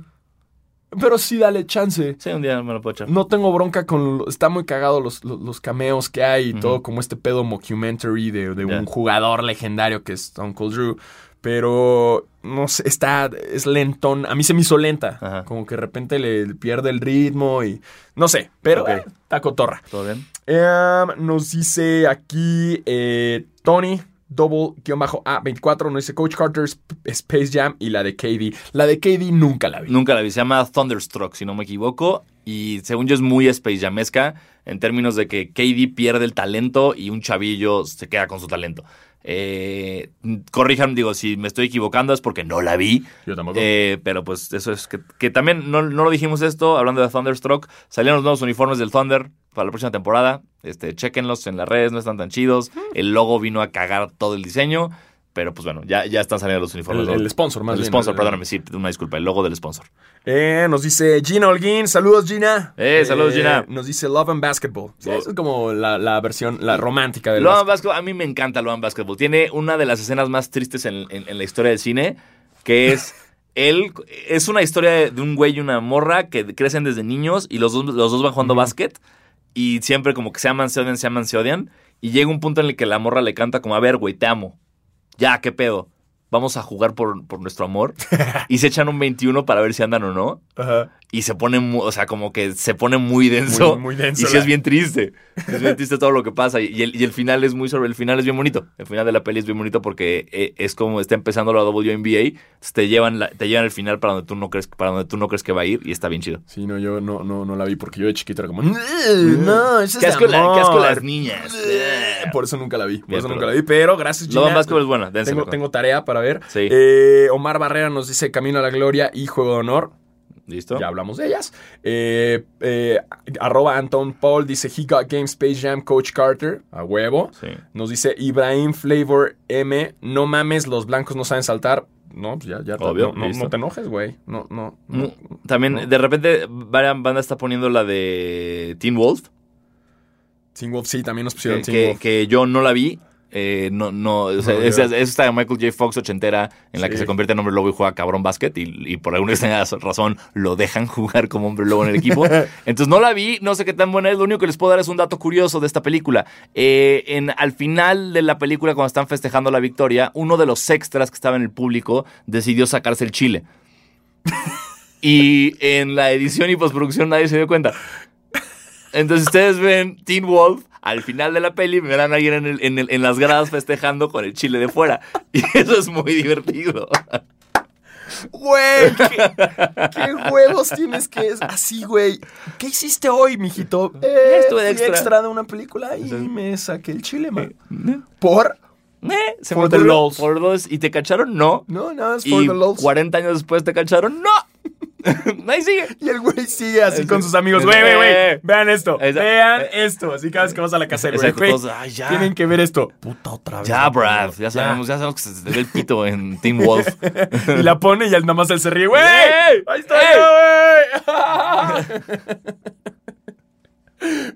Pero sí, dale chance. Sí, un día me lo puedo echar. No tengo bronca con. lo- Está muy cagado los, los, los cameos que hay y Ujú. todo, como este pedo mockumentary de, de Ya. un jugador legendario que es Uncle Drew. Pero no sé, está. Es lentón. A mí se me hizo lenta. Ajá. Como que de repente le pierde el ritmo y. No sé, pero Ok. eh, está cotorra. ¿Todo bien? Em, nos dice aquí eh, Tony. Double-A24 nos dice Coach Carter, Sp- Space Jam y la de KD. La de KD nunca la vi. Nunca la vi. Se llama Thunderstruck, si no me equivoco. Y según yo es muy Space Jamesca en términos de que KD pierde el talento y un chavillo se queda con su talento. Eh, corríjanme, digo, si me estoy equivocando es porque no la vi. Yo tampoco. Eh, pero pues eso es que, que también no, no lo dijimos esto, hablando de Thunderstruck, salieron los nuevos uniformes del Thunder para la próxima temporada. Este, chequenlos en las redes, no están tan chidos. El logo vino a cagar todo el diseño, pero pues bueno, ya, ya están saliendo los uniformes. el, ¿no? el sponsor, más El bien. sponsor, El- perdóname, sí, una disculpa, el logo del sponsor. Eh, nos dice Gina Holguín. Saludos, Gina. Eh, saludos, Gina. Nos dice Love and Basketball. Sí, Oh. esa es como la, la versión, la romántica del Loan Basketball, a mí me encanta Loan Basketball. Tiene una de las escenas más tristes en, en- en la historia del cine, que es él, es una historia de, de un güey y una morra que crecen desde niños y los dos, los dos van jugando básquet y siempre como que se aman, se odian, se aman, se odian y llega un punto en el que la morra le canta como, a ver, güey, te amo. Ya, qué pedo. Vamos a jugar por, por nuestro amor. y se echan un 21 para ver si andan o no. básquet. Ajá. y se pone, mu- o sea, como que se pone muy denso. Muy- muy denso Y sí la- es bien triste. Es bien triste todo lo que pasa. Y el, y el final es muy sobre, el final es bien bonito. El final de la peli es bien bonito porque eh, es como está empezando la WNBA, entonces te llevan, la- te llevan el final para donde tú no crees, para donde tú no crees que va a ir y está bien chido. Sí, no, yo no, no, no la vi porque yo de chiquito era como. No, eso Mm. Qué es asco, de la- qué asco amor". las niñas. Por eso nunca la vi. Por Bien, eso pero- nunca la vi. Pero gracias, Gina. Love and Basketball es buena. dénsela. tengo, tengo tarea para ver. Sí. Eh, Omar Barrera nos dice Camino a la Gloria y Juego de Honor. ¿Listo? Ya hablamos de ellas. Eh, eh, arroba Anton Paul dice He Got Game Space Jam Coach Carter. A huevo. Sí. Nos dice Ibrahim Flavor M. No mames, los blancos no saben saltar. No, pues ya, ya. te- Obvio, no- no, listo. no te enojes, güey. No, no, no. Mm, También, no. de repente, varias banda está poniendo la de Teen Wolf, Teen Wolf, sí, también nos pusieron que, Teen que- Wolf. que yo no la vi. Eh, no, no, o sea, No, esa- esa yo- está de Michael J. Fox ochentera, en la que Sí. se convierte en hombre lobo y juega cabrón básquet, y, y por alguna extraña razón lo dejan jugar como hombre lobo en el equipo. Entonces no la vi, no sé qué tan buena es, lo único que les puedo dar es un dato curioso de esta película. Eh, en, al final de la película, cuando están festejando la victoria, uno de los extras que estaba en el público decidió sacarse el chile. Y en la edición y postproducción nadie se dio cuenta. Entonces ustedes ven Teen Wolf al final de la peli, verán a alguien en, el- en el- en las gradas festejando con el chile de fuera. Y eso es muy divertido. Güey, ¿qué, qué huevos tienes que es así, güey. ¿Qué hiciste hoy, mijito? Eh, Estuve de fui extra. de una película y Entonces- me saqué el chile, man. Por Eh, se For metió the lo- lols. Por los. ¿Y te cacharon? No. no, no, es for Y the lols. 40 años después te cacharon? No. Ahí sigue. Y el güey sigue así Ese- con sus amigos. ese- Güey, güey, eh, güey. Vean esto. esa- vean eh, esto. Así cada vez que vas a la casa del güey. Exacto, güey, todos, "Ay, ya. Tienen que ver esto. Puta otra vez. Ya, Brad. Ya sabemos, ya sabemos que se te ve el pito en Teen Wolf. Y la pone y él nada más él se ríe. ¡Güey! ¡Ey! ¡Ahí estoy yo, güey!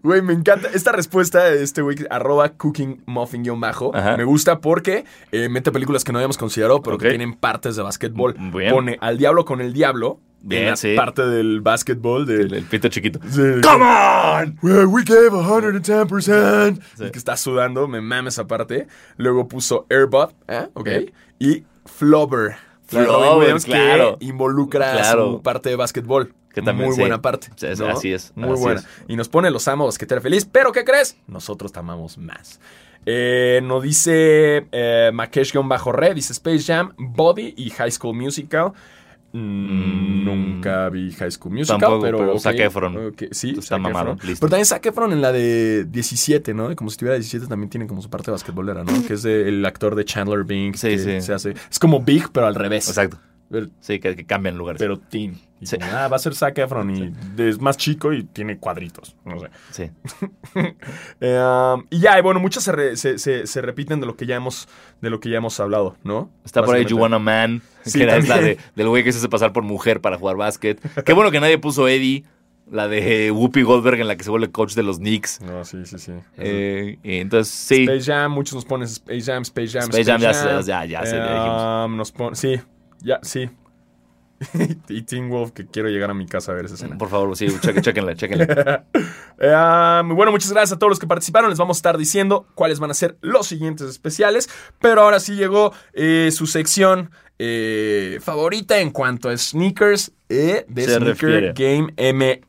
Güey, me encanta esta respuesta de este güey, que- arroba cooking muffin guión bajo. Ajá. Me gusta porque eh, mete películas que no habíamos considerado, pero Ok. que tienen partes de básquetbol. M- bien. Pone al diablo con el diablo. Bien, en la sí. parte del básquetbol. El, De, el pito chiquito. Sí. ¡Come on! Well, we gave 110%. Sí. Y que está sudando, me mames esa parte. Luego puso Airbot, ¿eh? Ok. Y Flubber. La de Robin Flubber, claro. Que involucra Claro. su parte de básquetbol. Que también, Muy sí. buena parte. Sí, es- ¿no? así es, Muy así buena. es. Y nos pone los amo, basquetera feliz. Pero, ¿qué crees? Nosotros te amamos más. Eh, nos dice eh, Makesh-Re, dice Space Jam, Body y High School Musical. Mm, Mm. Nunca vi High School Musical, Tampoco, pero, pero ok, Zac Efron. ok, sí, Está Zac mamado, Efron. listo. Pero también Zac Efron en la de 17, ¿no? Como si tuviera 17 también tiene como su parte basquetbolera, ¿no? Que es de- el actor de Chandler Bing. Sí, que sí. Se hace, es como Big, pero al revés. Exacto. Pero, Sí, que, que cambian lugares. pero teen. Y Sí. como, ah, va a ser Zac Efron y es más chico y tiene cuadritos. No sé. sí. Eh, um, y ya, y bueno, muchas se, re- se- se- se repiten de lo que ya hemos, de lo que ya hemos hablado, ¿no? Está por ahí Básicamente. You Want a Man, Sí, que era esta también. de, del güey que se hace pasar por mujer para jugar básquet. Qué bueno que nadie puso Eddie, la de Whoopi Goldberg en la que se vuelve coach de los Knicks. No, sí, sí, sí. Eh, y entonces, sí. Space Jam, muchos nos ponen Space Jam, Space Jam, Space Jam, ya se- ya- ya se- ya dijimos. Um, nos pon- sí, ya, sí. y Teen Wolf, que quiero llegar a mi casa a ver esa escena. Por favor, sí, cheque- chequenla, chequenla. Eh, um, bueno, muchas gracias a todos los que participaron. Les vamos a estar diciendo cuáles van a ser los siguientes especiales. Pero ahora sí llegó eh, su sección eh, favorita en cuanto a sneakers. eh, de Se refiere. Sneaker Game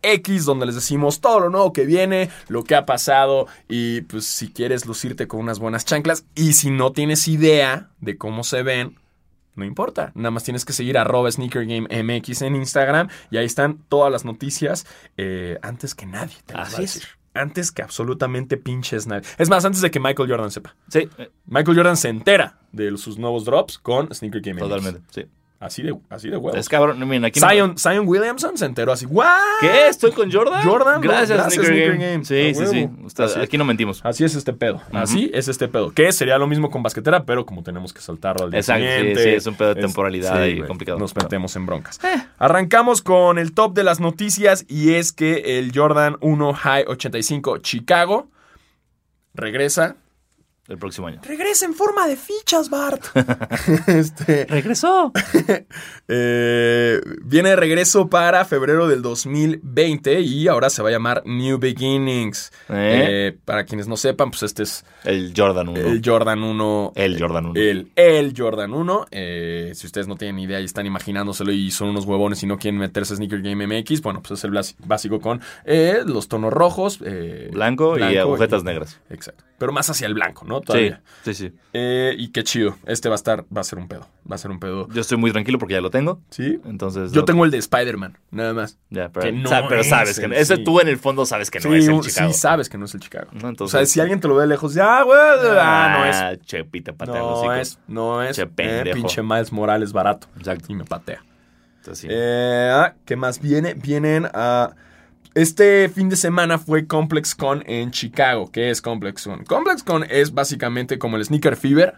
MX, donde les decimos todo lo nuevo que viene, lo que ha pasado y pues si quieres lucirte con unas buenas chanclas y si no tienes idea de cómo se ven, no importa, nada más tienes que seguir arroba Sneaker Game MX en Instagram y ahí están todas las noticias eh, antes que nadie. Te las va a Así es. decir. Antes que absolutamente pinches nadie. Es más, antes de que Michael Jordan sepa. Sí, eh, Michael Jordan se entera de sus nuevos drops con Sneaker Game MX. totalmente. Sí. Así de, así de huevos. Es cabrón. Miren, aquí no- Zion, Zion Williamson se enteró así. ¿What? ¿Qué? ¿Estoy con Jordan? Jordan, bro. Gracias, Gracias, Sneaker, Sneaker Game. Game. Sí, A sí, sí. huevo. Ustedes- Así es. aquí no mentimos. Así es este pedo. Así es este pedo. Que sería lo mismo con basquetera, pero como tenemos que saltarlo al día Exacto, sí, siguiente. sí, es un pedo de temporalidad sí, y güey, complicado. Eh. Nos metemos en broncas. Arrancamos con el top de las noticias y es que el Jordan 1 High 85 Chicago regresa el próximo año. Regresa en forma de fichas, Bart. este, ¡Regresó! eh, viene de regreso para febrero del 2020 y ahora se va a llamar New Beginnings. ¿Eh? Eh, para quienes no sepan, pues este es El Jordan 1. el eh, El, Jordan 1. Jordan 1. El, el Jordan 1. eh, si ustedes no tienen ni idea y están imaginándoselo y son unos huevones y no quieren meterse a Sneaker Game MX, bueno, pues es el blas- básico con eh, los tonos rojos. eh, blanco, y blanco agujetas negras. Exacto. Pero más hacia el blanco, ¿no? Todavía. Sí, sí, sí. Eh, y qué chido. Este va a estar, va a ser un pedo. Va a ser un pedo. Yo estoy muy tranquilo porque ya lo tengo. ¿Sí? Entonces. Yo no- tengo el de Spider-Man, nada más. Ya, pero, que no o sea, pero es sabes que el- no. Ese sí. tú en el fondo sabes que no sí, es el un- Chicago. sí sabes que no es el Chicago. No, o entonces- sea, si alguien te lo ve de lejos, ya, güey, ah, Ah, Chepita, no es. patea los No hocicos. es, no es. Che, eh, pendejo. pinche Miles Morales barato. Exacto. Y me patea. Entonces, sí. Eh, ah, ¿Qué más viene? Vienen a... este fin de semana fue ComplexCon en Chicago. ¿Qué es ComplexCon? ComplexCon es básicamente como el Sneaker Fever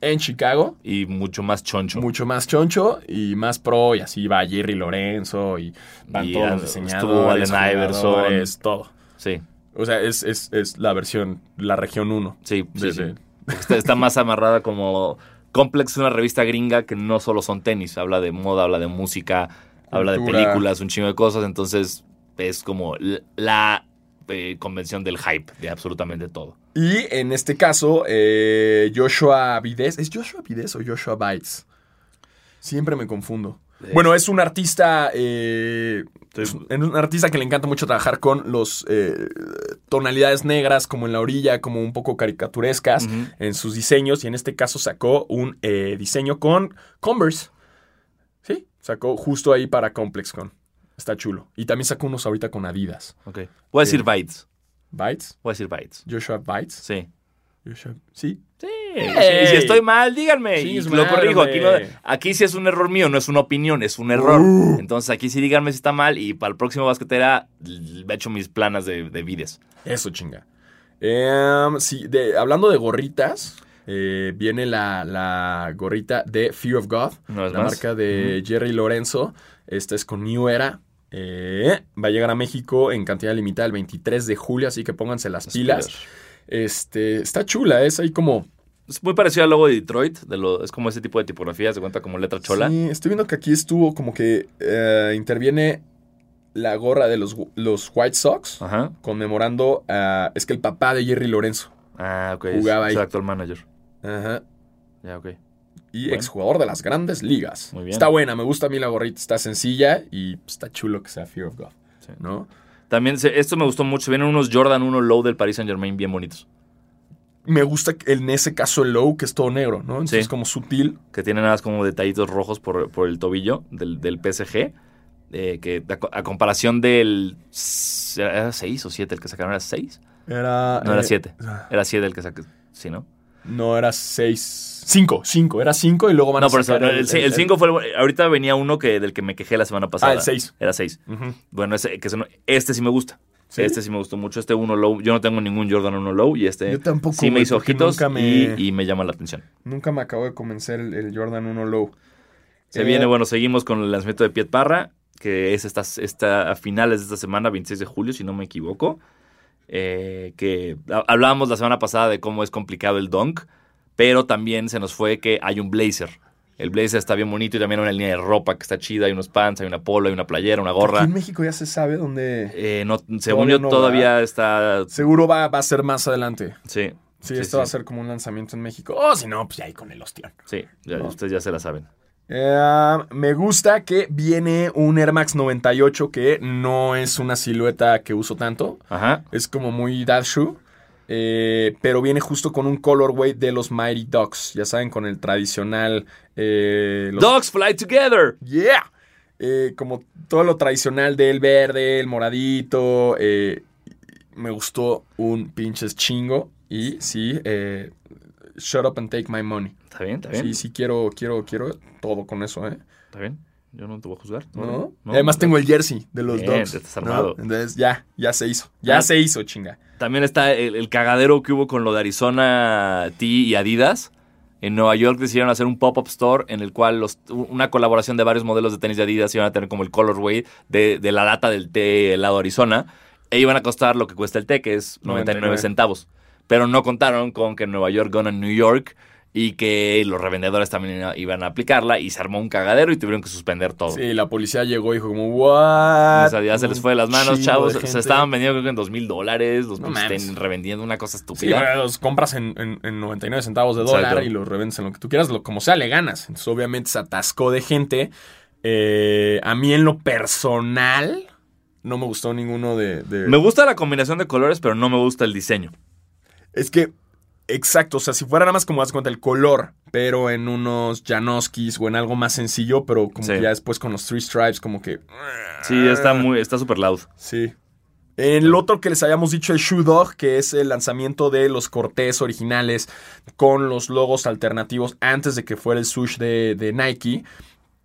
en Chicago. y mucho más choncho. Mucho más choncho y más pro y así va Jerry Lorenzo y van Y todos ya los estuvo diseñadores, Allen Iverson. jugadores, todo. Sí, O sea, es, es- es la versión, la región 1. sí, sí. de- sí. de- Está, está más amarrada como Complex, una revista gringa que no solo son tenis, habla de moda, habla de música, habla de Cultura. películas, un chingo de cosas, entonces es como l- la eh, convención del hype de absolutamente todo. Y en este caso, eh, Joshua Vides. ¿Es Joshua Vides o Joshua Bites? Siempre me confundo. Eh, Bueno, es un artista. eh, Estoy- es un- es un artista que le encanta mucho trabajar con los eh, tonalidades negras, como en la orilla, como un poco caricaturescas Ujú. en sus diseños. Y en este caso sacó un eh, diseño con Converse. Sí, sacó justo ahí para ComplexCon. Está chulo. Y también sacó unos ahorita con Adidas. Okay. Voy a decir Bites. Bites. Voy a decir Bites. Joshua Bites. Sí. Joshua- Sí, Sí. ¡Ey! Y si estoy mal, díganme. Sí, y es lo mal, corrijo. Aquí, no- hombre. aquí sí es un error mío, no es una opinión, es un error. Uh. Entonces aquí sí díganme si está mal. Y para el próximo basquetera, l- he hecho mis planas de, de vides. Eso, chinga. Em, sí, de- hablando de gorritas, eh, viene la, la gorrita de Fear of God, Una la vez más. marca de Jerry Lorenzo. Esta es con New Era. Eh, va a llegar a México en cantidad limitada el 23 de julio, así que pónganse las pilas. Este, está chula, es ahí como... Es muy parecido al logo de Detroit. De lo, es como ese tipo de tipografía, se cuenta como letra chola. Sí, estoy viendo que aquí estuvo como que eh, interviene la gorra de los, los White Sox, Ajá. conmemorando... a- es que el papá de Jerry Lorenzo. Ah, ok. es, Jugaba ahí. es el actual manager. Ajá. Ya, ok. y Bueno. exjugador de las grandes ligas. Muy bien. Está buena, me gusta a mí la gorrita, está sencilla y pues, está chulo que sea Fear of God. Sí. ¿no? También, se- esto me gustó mucho. Vienen unos Jordan 1 Low del Paris Saint Germain bien bonitos. Me gusta que en ese caso el low, que es todo negro, ¿no? Entonces Sí. es como sutil. que tiene nada más como detallitos rojos por, por el tobillo del, del PSG. eh, que a, co- a comparación del. s- ¿Era 6 o 7 el que sacaron? ¿Era 6? Era. No, era eh, siete. Era 7 el que sacaron. Sí, ¿no? No, era seis. Cinco, cinco. Era cinco y luego van No, a por eso. sacar El 5 fue. el bu- Ahorita venía uno que, del que me quejé la semana pasada. Ah, el seis. Era 6. Ujú. Bueno, ese, que ese no- este sí me gusta. ¿Sí? Este sí me gustó mucho. Este 1 low. Yo no tengo ningún Jordan 1 low. Y este. Yo tampoco, Sí me güey, hizo porque ojitos nunca me- y, y me llama la atención. Nunca me acabo de convencer el, el Jordan 1 low. Se Eh, viene, bueno, seguimos con el lanzamiento de Piet Parra, que es esta, esta, a finales de esta semana, 26 de julio, si no me equivoco. Eh, que ha- hablábamos la semana pasada de cómo es complicado el dunk, pero también se nos fue que hay un blazer. El blazer está bien bonito y también hay una línea de ropa que está chida, hay unos pants, hay una polo, hay una playera, una Aquí gorra. en México ya se sabe dónde. Eh, no, según Todavía yo no, todavía está... Seguro va, va a ser más adelante. Sí, Sí, Sí, sí. esto va a ser como un lanzamiento en México. O si no, pues ya ahí con el ostión. sí, ya- ustedes ya se la saben. Eh, me gusta que viene un Air Max 98 que no es una silueta que uso tanto. Ajá. Es como muy dad shoe. eh, pero viene justo con un colorway de los Mighty Ducks. Ya saben, con el tradicional. eh, los- Dogs fly together. ¡Yeah! Eh, como todo lo tradicional del verde, el moradito. eh, me gustó un pinches chingo. Y sí, eh, shut up and take my money. Está bien, está bien. Sí, sí, quiero, quiero, quiero todo con eso, ¿eh? Está bien. Yo no te voy a juzgar. ¿No? No, Y Además no. tengo el jersey de los Bien, Dogs. ya estás ¿no? armado. Entonces ya, ya se hizo. Ya Ah. se hizo, chinga. También está el, el cagadero que hubo con lo de Arizona T y Adidas. En Nueva York decidieron hacer un pop-up store en el cual los- u- una colaboración de varios modelos de tenis de Adidas iban a tener como el colorway de, de la lata del té helado Arizona. E iban a costar lo que cuesta el té, que es 99 99 centavos. pero no contaron con que Nueva York gana New York y que los revendedores también iban a aplicarla y se armó un cagadero y tuvieron que suspender todo. Sí, la policía llegó y dijo como, what? Oh. O sea, ya se les fue de las manos, Chingo chavos. de gente. Se estaban vendiendo creo que en dos mil dólares, los No putos mames. estén revendiendo una cosa Sí, estúpida. ahora los compras en, en- en 99 centavos de dólar Exacto. y los revendes en lo que tú quieras, lo- como sea, le ganas. Entonces, obviamente, se atascó de gente. Eh, a mí, en lo personal, no me gustó ninguno de. de- me gusta la combinación de colores, pero no me gusta el diseño. Es que, exacto, o sea, si fuera nada más como das cuenta el color, pero en unos Janoskis o en algo más sencillo, pero como Sí. que ya después con los Three Stripes, como que. Sí, Ah. está muy, está súper loud. Sí. El otro que les habíamos dicho, el Shoe Dog, que es el lanzamiento de los cortés originales con los logos alternativos antes de que fuera el sush de, de Nike,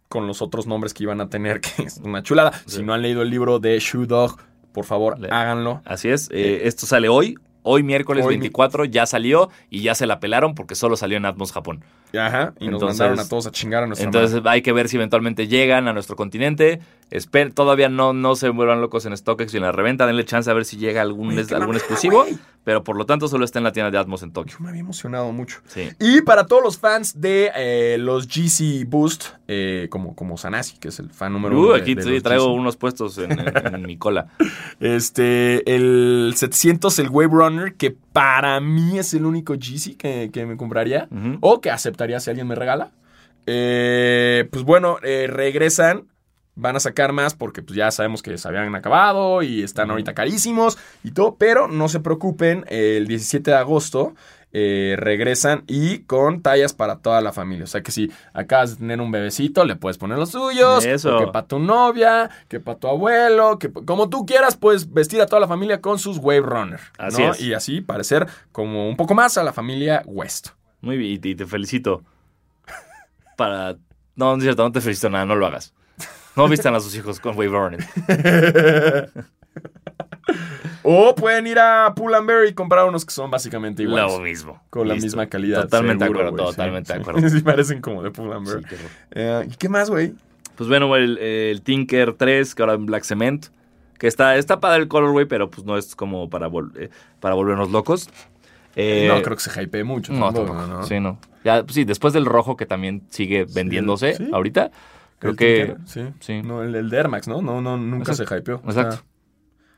con los otros nombres que iban a tener, que es una chulada. Si no han leído el libro de Shoe Dog, por favor, Le- háganlo. Así es. eh, esto sale hoy. Hoy miércoles Hoy mi- 24 ya salió y ya se la pelaron porque solo salió en Atmos Japón. Ajá, y nos Entonces- mandaron a todos a chingar a nuestra Entonces hay que ver si eventualmente llegan a nuestro continente. Esper- todavía no, no se vuelvan locos en StockX y en la reventa. Denle chance a ver si llega algún, madre. Güey, es- qué algún mamada, exclusivo. güey. Pero por lo tanto solo está en la tienda de Atmos en Tokio. Yo me había emocionado mucho. Sí. Y para todos los fans de eh, los GC Boost, eh, como, como Sanasi, que es el fan número uno. Uh, de- aquí de sí, los traigo GC. unos puestos en, en- en mi cola. Este, el 700, el Wave Runner, que para mí es el único GC que, que me compraría Ujú. o que aceptaría si alguien me regala. Eh, pues bueno, eh, regresan, van a sacar más porque pues, ya sabemos que se habían acabado y están ahorita carísimos y todo, pero no se preocupen, el 17 de agosto. eh, regresan y con tallas para toda la familia. O sea que si acabas de tener un bebecito, le puedes poner los tuyos. Eso. o Que para tu novia, que para tu abuelo, que pa- como tú quieras, puedes vestir a toda la familia con sus Wave Runner. Así ¿no? es. Y así parecer como un poco más a la familia West. Muy bien, y te- y te felicito. Para. No, no es cierto, no te felicito nada, no lo hagas. No vistan a sus hijos con Wave Runner. O pueden ir a Pull and Bear y comprar unos que son básicamente iguales. Lo mismo. Con la Listo. misma calidad. Totalmente seguro, de acuerdo, güey, sí, totalmente de sí. acuerdo. Sí, parecen como de Pull and Bear. Sí, qué horror. Eh, ¿Y qué más, güey? Pues bueno, el, el Tinker 3, que ahora en Black Cement, que está, está padre el colorway, pero pues no es como para, vol- eh, para volvernos locos. Eh, no, creo que se hypee mucho. no, tampoco, tampoco. ¿no? Sí, no. Ya, pues sí, después del rojo, que también sigue vendiéndose sí. ahorita, creo ¿El que... Tinker? Sí. sí. No, el, el de Air Max, ¿no? No, no, nunca se hypeó. Exacto. Ah,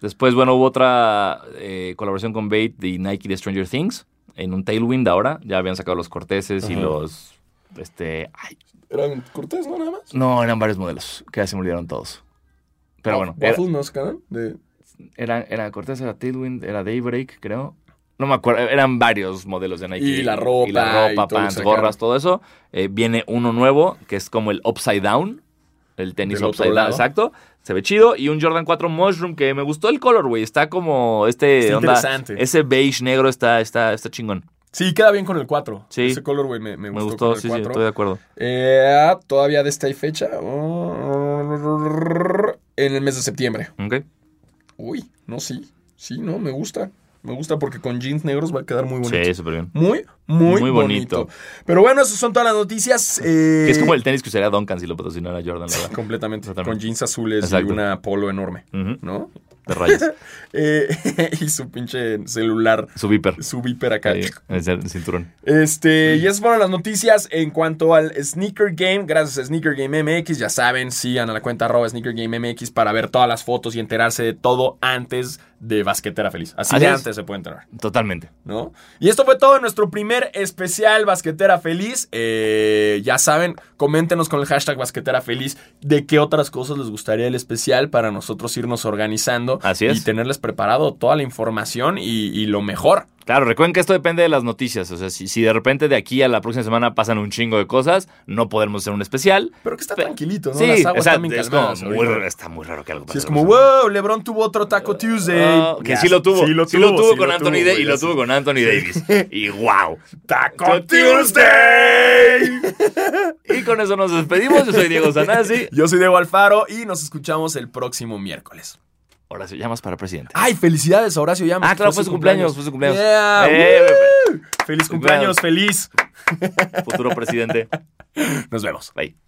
Después, bueno, hubo otra eh, colaboración con Bait de Nike de Stranger Things, en un Tailwind ahora. Ya habían sacado los corteses y Ajá. los... Este, ay, Eran Cortés, ¿no? Nada más. no, eran varios modelos, que ya se me olvidaron todos. Pero bueno, era- Waffles no sacaron. De... Era, era Cortez, era Tailwind, era Daybreak, creo. No me acuerdo, eran varios modelos de Nike. Y la ropa, Y la y ropa, todo lo que pants, sacaron. gorras, todo eso. Eh, viene uno nuevo, que es como el Upside Down. El tenis Del otro Upside Down, lado. exacto. Se ve chido. Y un Jordan 4 Mushroom, que me gustó el color, güey. Está como este... Está onda- interesante. Ese beige negro está, está, está chingón. Sí, queda bien con el 4. Sí. Ese color, güey, me, me Me gustó. gustó, con sí, el sí, cuatro. estoy de acuerdo. Eh, Todavía de esta y fecha. oh, En el mes de septiembre. Ok. Uy, no, sí. Sí, no, me gusta. Me gusta porque con jeans negros va a quedar muy bonito. Sí, súper bien. Muy, muy, Muy bonito. bonito. Pero bueno, esas son todas las noticias. Que es como eh, el tenis que usaría Duncan si lo patrocinara Jordan, la verdad. Completamente. Exactamente. Con jeans azules y Exacto. una polo enorme, Ujú, ¿no? De rayas. Eh, y su pinche celular, Su viper. su viper acá. Ahí, en el cinturón. Este, y esas fueron las noticias en cuanto al Sneaker Game. Gracias a Sneaker Game MX. Ya saben, sigan a la cuenta arroba Sneaker Game MX para ver todas las fotos y enterarse de todo antes de Basquetera Feliz. Así Así de es. antes se puede enterar, Totalmente. ¿no? Y esto fue todo en nuestro primer especial Basquetera Feliz. Eh, ya saben, coméntenos con el hashtag Basquetera Feliz de qué otras cosas les gustaría el especial para nosotros irnos organizando. Así es. Y tenerles preparado toda la información y- y lo mejor. Claro, recuerden que esto depende de las noticias. O sea, si, si de repente de aquí a la próxima semana pasan un chingo de cosas, no podemos hacer un especial. Pero que está Pe- tranquilito, ¿no? sí, Las aguas o sea, están bien es calmadas como muy ahorita. raro, está muy raro que algo pase. Sí, es como, wow, LeBron tuvo otro Taco Tuesday. Ah, que Ya, sí lo tuvo. Sí lo tuvo, sí con lo Anthony tuvo, Davis. Y ya lo sé. tuvo con Anthony Davis. Y wow. ¡Taco Tuesday! Y con eso nos despedimos. Yo soy Diego Sanasi. Yo soy Diego Alfaro y nos escuchamos el próximo miércoles. Ahora sí, llamas para presidente. ¡Ay, felicidades, Horacio Llamas! Ah, claro, fue su cumpleaños, fue su cumpleaños. Yeah, Eh, pues, woo. ¡Feliz cumpleaños, feliz! Futuro presidente. Nos vemos. Bye.